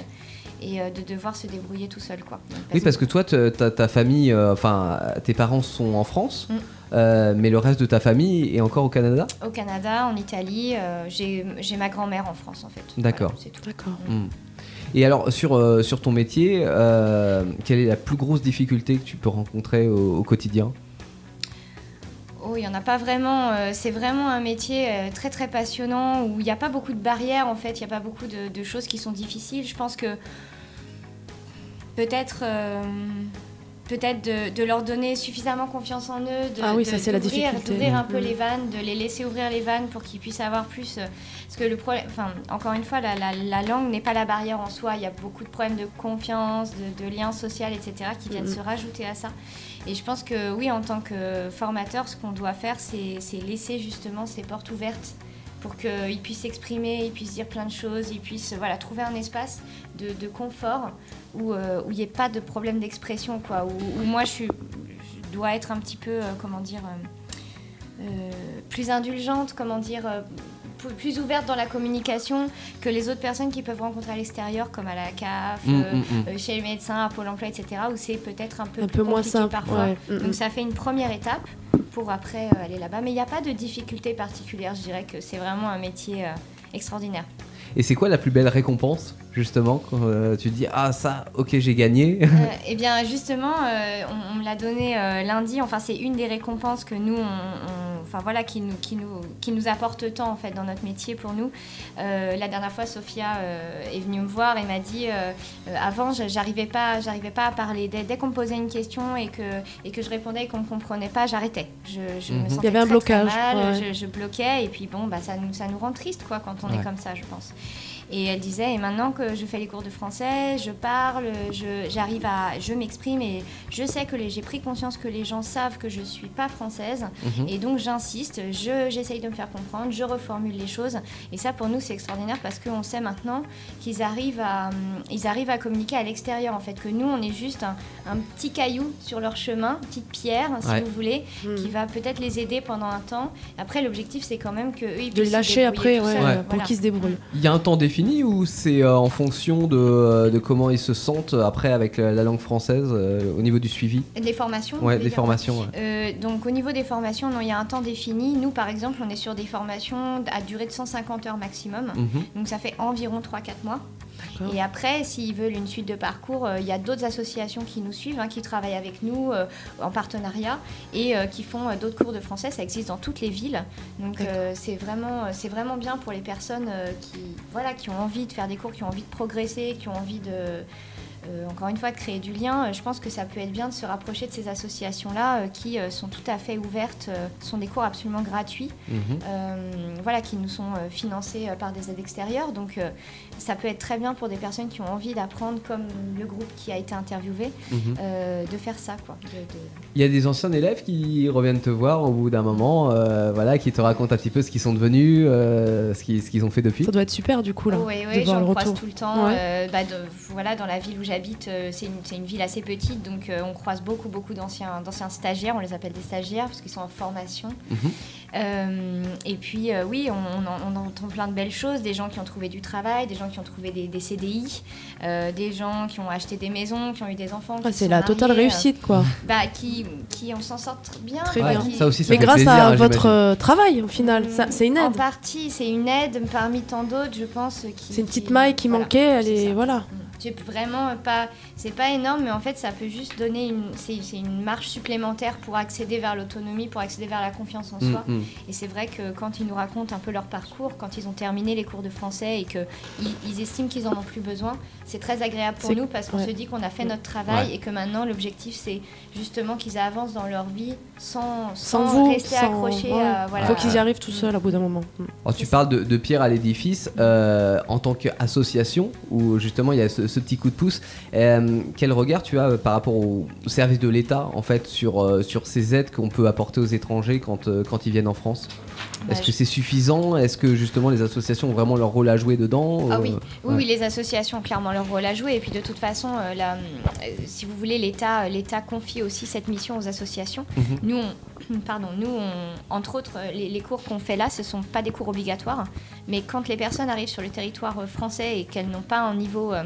et euh, de devoir se débrouiller tout seul, quoi. Donc,
Oui, parce que toi, te- ta, ta famille, euh, enfin, tes parents sont en France,
Mm.
euh, mais le reste de ta famille est encore au Canada
Au Canada, en Italie, euh, j'ai j'ai ma grand-mère en France, en fait.
D'accord.
Voilà, c'est tout. D'accord.
Mm. Et alors, sur, euh, sur ton métier, euh, quelle est la plus grosse difficulté que tu peux rencontrer au, au quotidien
Oh, il n'y en a pas vraiment. euh, c'est vraiment un métier euh, très très passionnant où il n'y a pas beaucoup de barrières en fait. Il n'y a pas beaucoup de, de choses qui sont difficiles. Je pense que peut-être euh, peut-être de, de leur donner suffisamment confiance en eux, de,
Ah oui,
de-
ça, c'est la
d'ouvrir-
difficulté.
d'ouvrir un peu
Mm.
les vannes, de les laisser ouvrir les vannes pour qu'ils puissent avoir plus. euh, Parce que le problème, enfin, encore une fois, la, la- la langue n'est pas la barrière en soi. Il y a beaucoup de problèmes de confiance, de, de lien social, etc., qui viennent
Mhm.
se rajouter à ça. Et je pense que oui, en tant que formateur, ce qu'on doit faire, c'est c'est laisser justement ces portes ouvertes pour qu'ils puissent s'exprimer, ils puissent dire plein de choses, ils puissent voilà, trouver un espace de, de confort où euh, où il n'y ait pas de problème d'expression, quoi. Où, où moi, je, suis, je dois être un petit peu, euh, comment dire, euh, euh, plus indulgente, comment dire, euh, p- plus ouverte dans la communication que les autres personnes qui peuvent rencontrer à l'extérieur, comme à la CAF,
Mm,
euh,
mm, mm.
euh, chez les médecins, à Pôle emploi, etc., où c'est peut-être un peu
Un
plus
peu moins
compliqué
simple,
parfois.
ouais. Mm,
Donc
mm.
ça fait une première étape pour après euh, aller là-bas. Mais il n'y a pas de difficulté particulière, je dirais que c'est vraiment un métier euh, extraordinaire.
Et c'est quoi la plus belle récompense, justement, quand euh, tu te dis Ah, ça, ok, j'ai gagné
Euh, eh bien, justement, euh, on, on me l'a donné euh, lundi. Enfin, c'est une des récompenses que nous, on- on- enfin voilà, qui nous, qui nous, qui nous apporte tant en fait dans notre métier pour nous. Euh, la dernière fois, Sophia euh, est venue me voir et m'a dit, euh, euh, avant, je- j'arrivais pas, j'arrivais pas à parler. Dès, dès qu'on me posait une question et que et que je répondais et qu'on me comprenait pas, j'arrêtais. Je, je
Mhm.
me
Il y
sentais
avait un
très, très
blocage,
mal,
ouais.
je, je bloquais et puis bon, bah ça nous, ça nous rend triste quoi quand on
Ouais.
est comme ça, je pense. Et elle disait, et maintenant que je fais les cours de français, je parle, je- j'arrive à, je m'exprime et je sais que les- j'ai pris conscience que les gens savent que je suis pas française.
Mhm.
Et donc j'insiste, je- j'essaye de me faire comprendre, je reformule les choses. Et ça pour nous c'est extraordinaire parce qu'on sait maintenant qu'ils arrivent, à, hum, ils arrivent à communiquer à l'extérieur en fait, que nous on est juste un, un petit caillou sur leur chemin, une petite pierre si
Ouais.
vous voulez,
Mhm.
qui va peut-être les aider pendant un temps. Après l'objectif c'est quand même que eux, ils
De
puissent
les
se
lâcher
débrouiller
après,
tout
ouais, euh,
seuls.
pour
Voilà.
qu'ils se débrouillent.
[LAUGHS] Il y a un temps défini ou c'est euh, en fonction de, euh, de comment ils se sentent après avec la, la langue française euh, au niveau du suivi
Des formations vous
Ouais,
voulez
des
dire
formations. ouais.
Euh, donc au niveau des formations, non, il y a un temps défini. Nous, par exemple, on est sur des formations à durée de 150 heures maximum.
Mhm.
Donc ça fait environ 3-4 mois. Et après, s'ils veulent une suite de parcours, euh, il y a d'autres associations qui nous suivent, hein, qui travaillent avec nous euh, en partenariat et euh, qui font euh, d'autres cours de français. Ça existe dans toutes les villes. Donc euh, c'est vraiment, euh, c'est vraiment bien pour les personnes euh, qui, voilà, qui ont envie de faire des cours, qui ont envie de progresser, qui ont envie de, euh, encore une fois, de créer du lien, euh, je pense que ça peut être bien de se rapprocher de ces associations-là euh, qui euh, sont tout à fait ouvertes, euh, sont des cours absolument gratuits,
Mhm.
euh, voilà, qui nous sont euh, financés euh, par des aides extérieures. Donc euh, ça peut être très bien pour des personnes qui ont envie d'apprendre, comme le groupe qui a été interviewé,
Mhm.
euh, de faire ça. Quoi, de- de-
Il y a des anciens élèves qui reviennent te voir au bout d'un moment, euh, voilà, qui te racontent un petit peu ce qu'ils sont devenus, euh, ce qu'ils ce qu'ils ont fait depuis.
Ça doit être super du coup là.
Oui,
de
oui,
voir
Oh, j'en
le
croise
retour.
tout le temps.
Ouais.
euh, bah, de- voilà, dans la ville où j'habite, euh, c'est une, c'est une ville assez petite, donc euh, on croise beaucoup, beaucoup d'anciens d'anciens stagiaires, on les appelle des stagiaires parce qu'ils sont en formation. Euh, et puis, euh, oui, on, on en- on entend plein de belles choses, des gens qui ont trouvé du travail, des gens qui ont trouvé des, des CDI, euh, des gens qui ont acheté des maisons, qui ont eu des enfants. qui
Ouais,
se
Ah, c'est
sont
la totale
mariés, euh,
réussite, quoi.
Bah, qui, qui on s'en sort tr- bien.
Très
quoi,
bien.
qui-
Ça aussi, ça
Mais
fait
grâce
plaisir,
à
hein,
votre
j'imagine.
euh, travail au final, ça- c'est une
En
aide.
partie, c'est une aide parmi tant d'autres, je pense. Qui,
C'est une petite maille qui manquait, elle est voilà.
J'ai vraiment pas. C'est pas énorme, mais en fait, ça peut juste donner une. C'est c'est une marche supplémentaire pour accéder vers l'autonomie, pour accéder vers la confiance en
Mm,
soi.
mm.
Et c'est vrai que quand ils nous racontent un peu leur parcours, quand ils ont terminé les cours de français et qu'ils ils estiment qu'ils en ont plus besoin, c'est très agréable pour
C'est-
nous parce qu'on
ouais.
se dit qu'on a fait notre travail
Ouais.
et que maintenant, l'objectif, c'est justement qu'ils avancent dans leur vie sans,
Sans
sans
vous,
rester
sans-
accrochés
ouais.
à. Voilà,
Faut qu'ils y arrivent tout seuls au bout d'un moment. Mm.
Alors, Oh, tu parles de, de pierre à l'édifice euh, en tant qu'association où justement il y a ce, ce petit coup de pouce. Euh, quel regard tu as euh, par rapport au au service de l'État en fait sur, euh, sur ces aides qu'on peut apporter aux étrangers quand, euh, quand ils viennent en France
Bah,
Est-ce que
je-
c'est suffisant Est-ce que justement les associations ont vraiment leur rôle à jouer dedans
Ah
Euh,
oui. oui,
ouais.
oui, les associations ont clairement leur rôle à jouer. Et puis de toute façon, euh, la- euh, si vous voulez, l'État, euh, l'État confie aussi cette mission aux associations.
Mhm.
Nous, on- [CLEARS THROAT] pardon, nous, on- entre autres, euh, les, les cours qu'on fait là, ce sont pas des cours obligatoires, mais quand les personnes arrivent sur le territoire euh, français et qu'elles n'ont pas un niveau euh,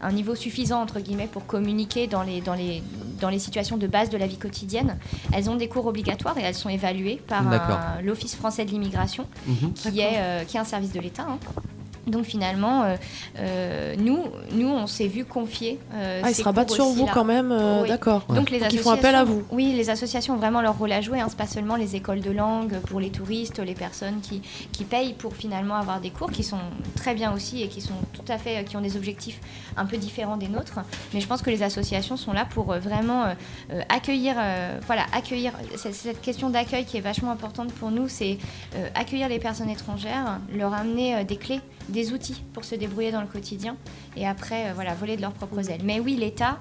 un niveau suffisant entre guillemets pour communiquer dans les, dans, les, dans les situations de base de la vie quotidienne. Elles ont des cours obligatoires et elles sont évaluées par un-
D'accord.
l'Office français de l'immigration,
Mhm.
qui, est, euh, qui est un service de l'État. hein. Donc finalement, euh, euh, nous, nous, on s'est vu confier. euh,
Ah, ils
ces
se rabattent
cours
sur vous
aussi-là.
quand même, euh,
Oui.
d'accord.
Donc les
Donc ils
associations,
font appel à vous.
Oui, les associations ont vraiment leur rôle à jouer. Hein. C'est pas seulement les écoles de langue pour les touristes, les personnes qui, qui payent pour finalement avoir des cours qui sont très bien aussi et qui sont tout à fait, euh, qui ont des objectifs un peu différents des nôtres. Mais je pense que les associations sont là pour euh, vraiment euh, euh, accueillir, euh, voilà, accueillir c'est- c'est cette question d'accueil qui est vachement importante pour nous. C'est euh, accueillir les personnes étrangères, leur amener euh, des clés, des outils pour se débrouiller dans le quotidien et après, euh, voilà, voler de leurs propres ailes. Mais oui, l'État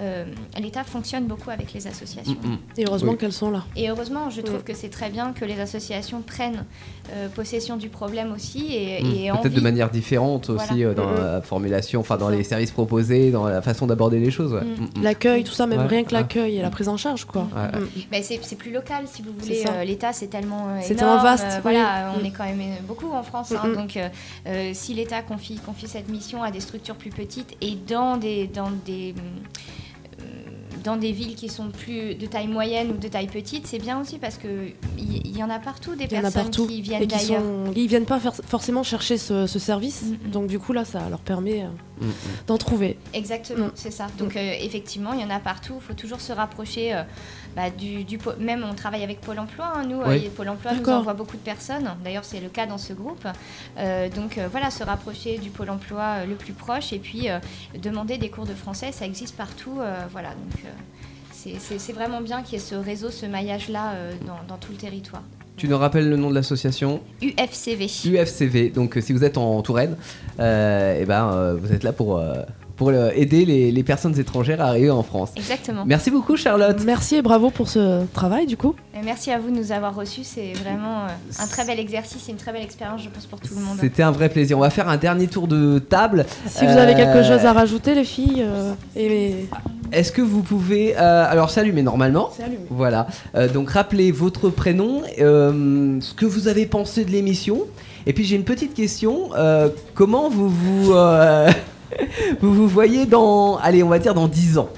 euh, l'État fonctionne beaucoup avec les associations.
Mm, mm.
Et heureusement qu'elles sont là.
Et heureusement, je trouve
Mm.
que c'est très bien que les associations prennent euh, possession du problème aussi et,
Mm.
et
Peut-être de
envie.
manière différente
Voilà.
aussi euh, dans
Mhm.
la formulation, enfin dans les services proposés, dans la façon d'aborder les choses. ouais.
Hmm.
Mm, mm.
L'accueil, tout ça, même
Ouais,
rien que
ouais. Mm.
l'accueil et la prise en charge, quoi.
Ouais, ouais.
Mm.
Mais Ben, c'est c'est plus local, si vous voulez.
C'est ça.
Euh, L'État, c'est tellement euh,
C'est
énorme.
tellement vaste,
Euh,
oui.
Voilà,
Mm.
on est quand même euh, beaucoup en France. hein.
Mm, mm.
donc, euh, euh, si l'État confie, confie cette mission à des structures plus petites et dans des, dans des, hum, dans des villes qui sont plus de taille moyenne ou de taille petite, c'est bien aussi parce qu'il y, il y en a partout des
Il y en a
personnes
partout.
qui
et
viennent
qui
d'ailleurs.
sont... Ils viennent pas faire- forcément chercher ce, ce service. Donc, du coup, là, ça leur permet euh,
Mm.
d'en trouver.
Exactement,
Mm.
c'est ça. Donc euh, effectivement, il y en a partout. Il faut toujours se rapprocher euh, bah, du, du po- Même on travaille avec Pôle Emploi. hein, nous,
Oui.
et Pôle Emploi nous
D'accord.
envoie beaucoup de personnes. D'ailleurs, c'est le cas dans ce groupe. Euh, donc euh, voilà, se rapprocher du Pôle Emploi euh, le plus proche et puis euh, demander des cours de français. Ça existe partout. euh, voilà, donc euh, c'est- c'est c'est vraiment bien qu'il y ait ce réseau, ce maillage-là euh, dans, dans tout le territoire.
Tu nous rappelles le nom de l'association
UFCV.
UFCV. Donc euh, si vous êtes en Touraine, euh, eh ben, euh, vous êtes là pour, euh, pour euh, aider les, les personnes étrangères à arriver en France.
Exactement.
Merci beaucoup Charlotte.
Merci et bravo pour ce travail, du coup.
Et Merci à vous de nous avoir reçus. C'est vraiment euh, un très bel exercice et une très belle expérience, je pense, pour tout le monde.
C'était un vrai plaisir. On va faire un dernier tour de table.
Si vous avez quelque
Euh,
chose à rajouter, les filles, euh, et...
Est-ce que vous pouvez... euh, alors c'est allumé normalement.
C'est allumé.
Voilà. Euh, donc rappelez votre prénom, euh, ce que vous avez pensé de l'émission. Et puis j'ai une petite question. euh, comment vous vous, euh, [LAUGHS] vous vous voyez dans... Allez, on va dire dans 10 ans.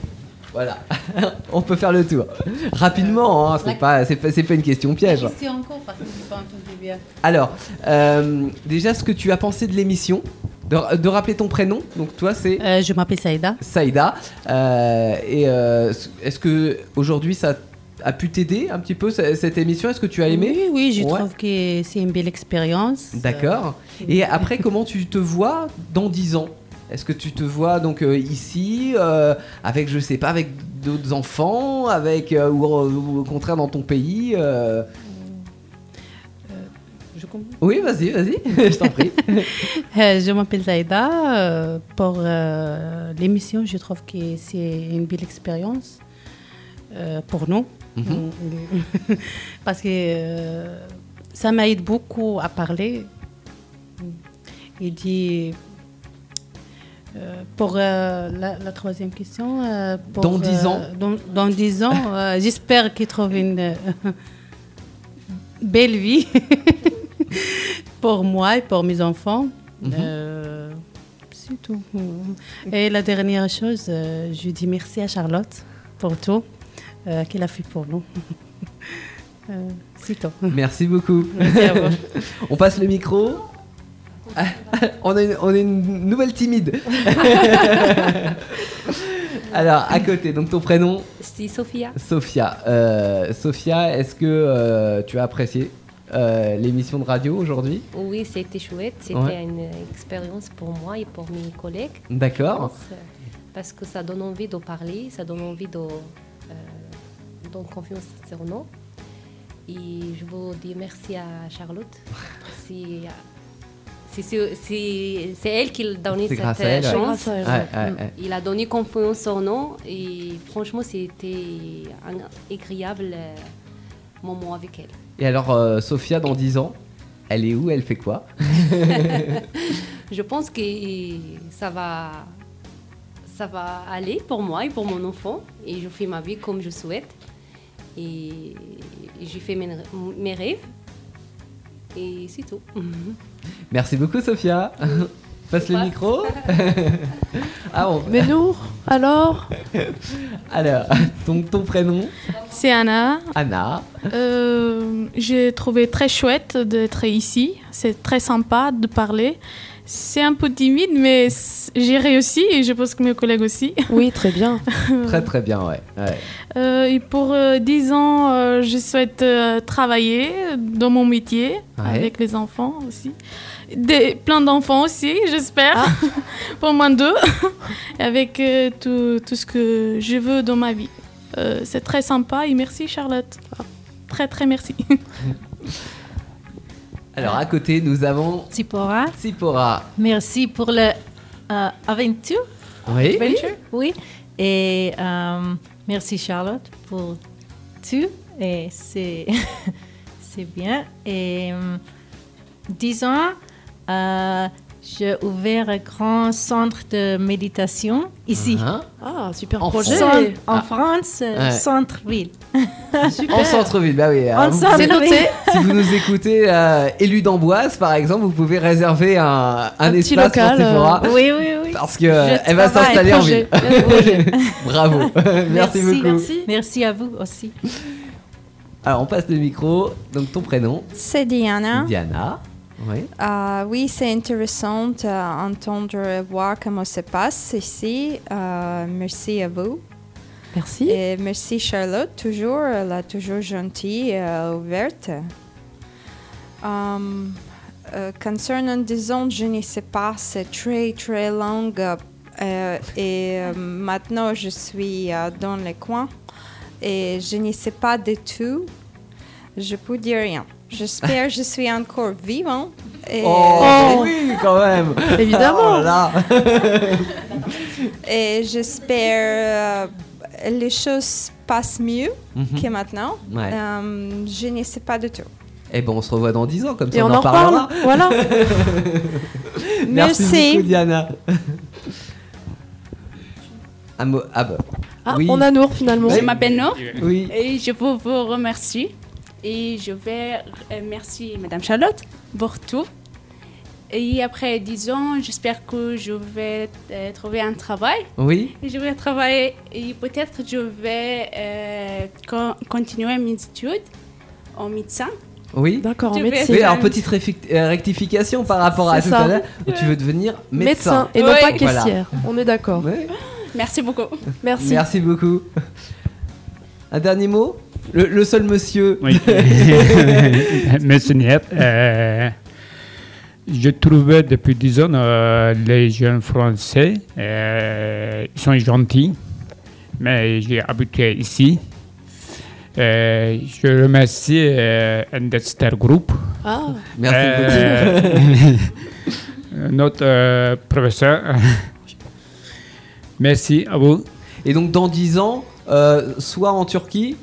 Voilà. [LAUGHS] on peut faire le tour. Rapidement, hein, c'est pas, c'est pas, c'est pas une question piège.
C'est encore parce que j'ai pas entendu bien.
Alors, euh, déjà ce que tu as pensé de l'émission, de, de rappeler ton prénom, donc toi c'est...
Euh, je m'appelle Saïda.
Saïda, euh, et euh, est-ce que aujourd'hui ça a pu t'aider un petit peu ce- cette émission Est-ce que tu as aimé
Oui, oui, je
Ouais.
trouve que c'est une belle expérience.
D'accord. Et
[LAUGHS]
après, comment tu te vois dans 10 ans Est-ce que tu te vois donc euh, ici, euh, avec, je sais pas, avec d'autres enfants, avec, euh, ou, ou au contraire dans ton pays euh,
Je comprends.
Oui, vas-y, vas-y,
[LAUGHS]
je t'en prie.
Euh, je m'appelle Zaïda. euh, pour euh, l'émission, je trouve que c'est une belle expérience euh, pour nous.
Mhm.
[LAUGHS] Parce que euh, ça m'aide beaucoup à parler et dire. euh, pour euh, la, la troisième question, euh, pour,
Dans dix
euh,
ans.
dans, dans dix ans,
[LAUGHS]
euh, j'espère qu'ils trouvent une [LAUGHS] euh, belle vie [LAUGHS] pour moi et pour mes enfants.
Mhm.
Euh, c'est tout. Et la dernière chose, euh, je dis merci à Charlotte pour tout euh, qu'elle a fait pour nous. [LAUGHS] Euh, c'est tout.
Merci beaucoup.
Merci à vous.
[LAUGHS] on passe le micro. Ah, [LAUGHS] on, est on est une nouvelle timide. [LAUGHS] Alors, à côté, donc ton prénom
C'est Sophia.
Sophia. Euh, Sophia, est-ce que euh, tu as apprécié euh, l'émission de radio aujourd'hui
Oui, c'était chouette. C'était
Ouais.
une expérience pour moi et pour mes collègues.
D'accord.
Je pense, euh, Parce que ça donne envie de parler, ça donne envie de euh, donne confiance sur nous. Et je vous dis merci
[LAUGHS]
à Charlotte. C'est- c'est- C'est c'est- c'est elle qui a donné
C'est
cette euh,
grâce à elle, ouais.
chance.
C'est grâce à elle, ouais. Ouais, ouais, ouais.
Il a donné confiance en nous et franchement, c'était un agréable euh, moment avec elle.
Et alors, euh, Sophia, dans 10 ans, elle est où Elle fait
[LAUGHS]
quoi
je pense que ça va, ça va aller pour moi et pour mon enfant. Et je fais ma vie comme je souhaite. Et, et j'ai fait mes, mes rêves. Et c'est tout. [LAUGHS]
Merci beaucoup, Sophia. Passe le
Passe. [LAUGHS]
micro. ah bon.
Mais nous, alors
[LAUGHS] Alors, donc ton prénom
C'est Anna.
Anna.
Euh, J'ai trouvé très chouette d'être ici. C'est très sympa de parler. C'est un peu timide, mais c- j'ai réussi et je pense que mes collègues aussi. [LAUGHS]
Oui, très bien.
Très très bien, ouais. ouais.
Euh, et pour euh, 10 ans, euh, je souhaite euh, travailler dans mon métier
Ouais.
avec les enfants aussi. Des, plein d'enfants aussi, j'espère. [LAUGHS] pour moins deux. [LAUGHS] avec euh, tout, tout ce que je veux dans ma vie. Euh, C'est très sympa et merci Charlotte. Ah, Très très merci. [LAUGHS]
Alors à côté, nous avons
Tsipora.
Tsipora.
euh,
Merci pour l'aventure.
Oui.
Oui.
Et euh, merci Charlotte pour tout. Et c'est, [LAUGHS] c'est bien. Et euh, disons, euh, j'ai ouvert un grand centre de méditation ici.
Ah.
Ah, super
projet.
En
Ah.
France, euh,
Ouais.
[LAUGHS] centre-ville.
En centre-ville, bah oui.
En
vous
centre-ville.
pouvez-
C'est noté.
Si vous nous écoutez, euh, élu d'Amboise, par exemple, vous pouvez réserver un, un,
petit
espace
local,
pour Sephora.
euh, oui, oui, oui.
Parce que euh,
Je
elle va
travaille.
s'installer en ville.
Projet. Le projet.
[LAUGHS]
[LAUGHS]
Bravo. merci, beaucoup.
Merci. Merci à vous aussi.
Alors, on passe le micro. Donc, ton prénom
C'est Diana.
Diana. Oui.
Euh, oui, c'est intéressant d'entendre et voir comment ça passe ici. Euh, merci à vous.
Merci.
Et merci Charlotte, toujours, elle est toujours gentille et euh, ouverte. Um, euh, concernant des ondes, je ne sais pas, c'est très très long euh, euh, et euh, maintenant je suis euh, dans les coins et je ne sais pas du tout. Je peux dire rien. J'espère que je suis encore vivant. Et
Oh, oui, quand même.
Évidemment.
Oh là là.
[LAUGHS] et j'espère euh, les choses passent mieux
Mhm.
que maintenant.
Ouais.
Euh, je ne sais pas du tout.
Eh ben, on se revoit dans 10 ans, comme ça
Et
on,
on en
parlera. [LAUGHS]
reparle, voilà.
Merci,
Merci.
beaucoup, Diana. [LAUGHS] Un mot- ah bah. Oui.
Je m'appelle Nour.
Oui.
Et je vous, vous remercie. Et je vais euh, merci Madame Charlotte pour tout. Et après 10 ans, j'espère que je vais euh, trouver un travail.
Oui.
Et je vais travailler et peut-être je vais euh, con- continuer mes études en médecin.
Oui.
D'accord, en
Oui,
médecine.
alors, petite réfi- euh, rectification par rapport à
C'est
tout à
ça.
l'heure. où Tu veux devenir médecin.
Médecin et non Ouais. pas
Voilà.
caissière.
On est d'accord.
Merci beaucoup.
Merci beaucoup. Un dernier mot le, le seul monsieur. [LAUGHS]
Monsieur Niep, euh, je trouvais depuis 10 ans euh, les jeunes Français, euh, ils sont gentils, mais j'ai habité ici. Euh, je remercie euh, Indestar Group.
Ah.
Merci
beaucoup. [LAUGHS] notre euh, professeur.
[LAUGHS]
Merci à vous.
Et donc, dans 10 ans, euh, soit en Turquie,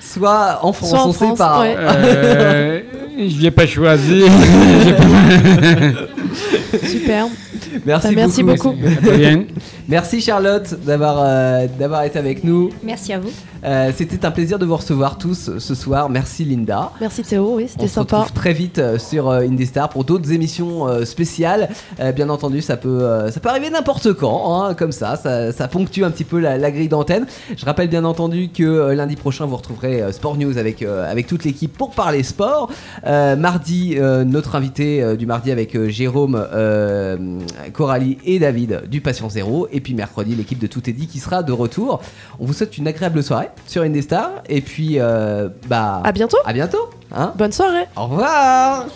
soit en France.
Soit en
on sait
France,
pas.
ouais. [LAUGHS] Euh, je l'ai pas choisi. [LAUGHS]
Superbe.
Merci,
Bah, merci beaucoup.
Merci. Bien.
Merci Charlotte d'avoir euh, d'avoir été avec nous.
Merci à vous.
Euh, C'était un plaisir de vous recevoir tous ce soir. Merci Linda.
Merci Théo, oui,
On
c'était
se
sympa.
retrouve très vite euh, sur euh, Indestar pour d'autres émissions euh, spéciales. Euh, bien entendu, ça peut, euh, ça peut arriver n'importe quand, hein, comme ça, ça, ça ponctue un petit peu la, la grille d'antenne. Je rappelle bien entendu que euh, lundi prochain, vous retrouverez euh, Sport News avec, euh, avec toute l'équipe pour parler sport. Euh, mardi, euh, notre invité euh, du mardi avec euh, Jérôme, euh, Coralie et David du Patient Zéro. Et puis mercredi, l'équipe de Tout est dit qui sera de retour. On vous souhaite une agréable soirée sur Indestar. Et puis, euh, bah,
À bientôt.
À bientôt. hein.
Bonne soirée.
Au revoir.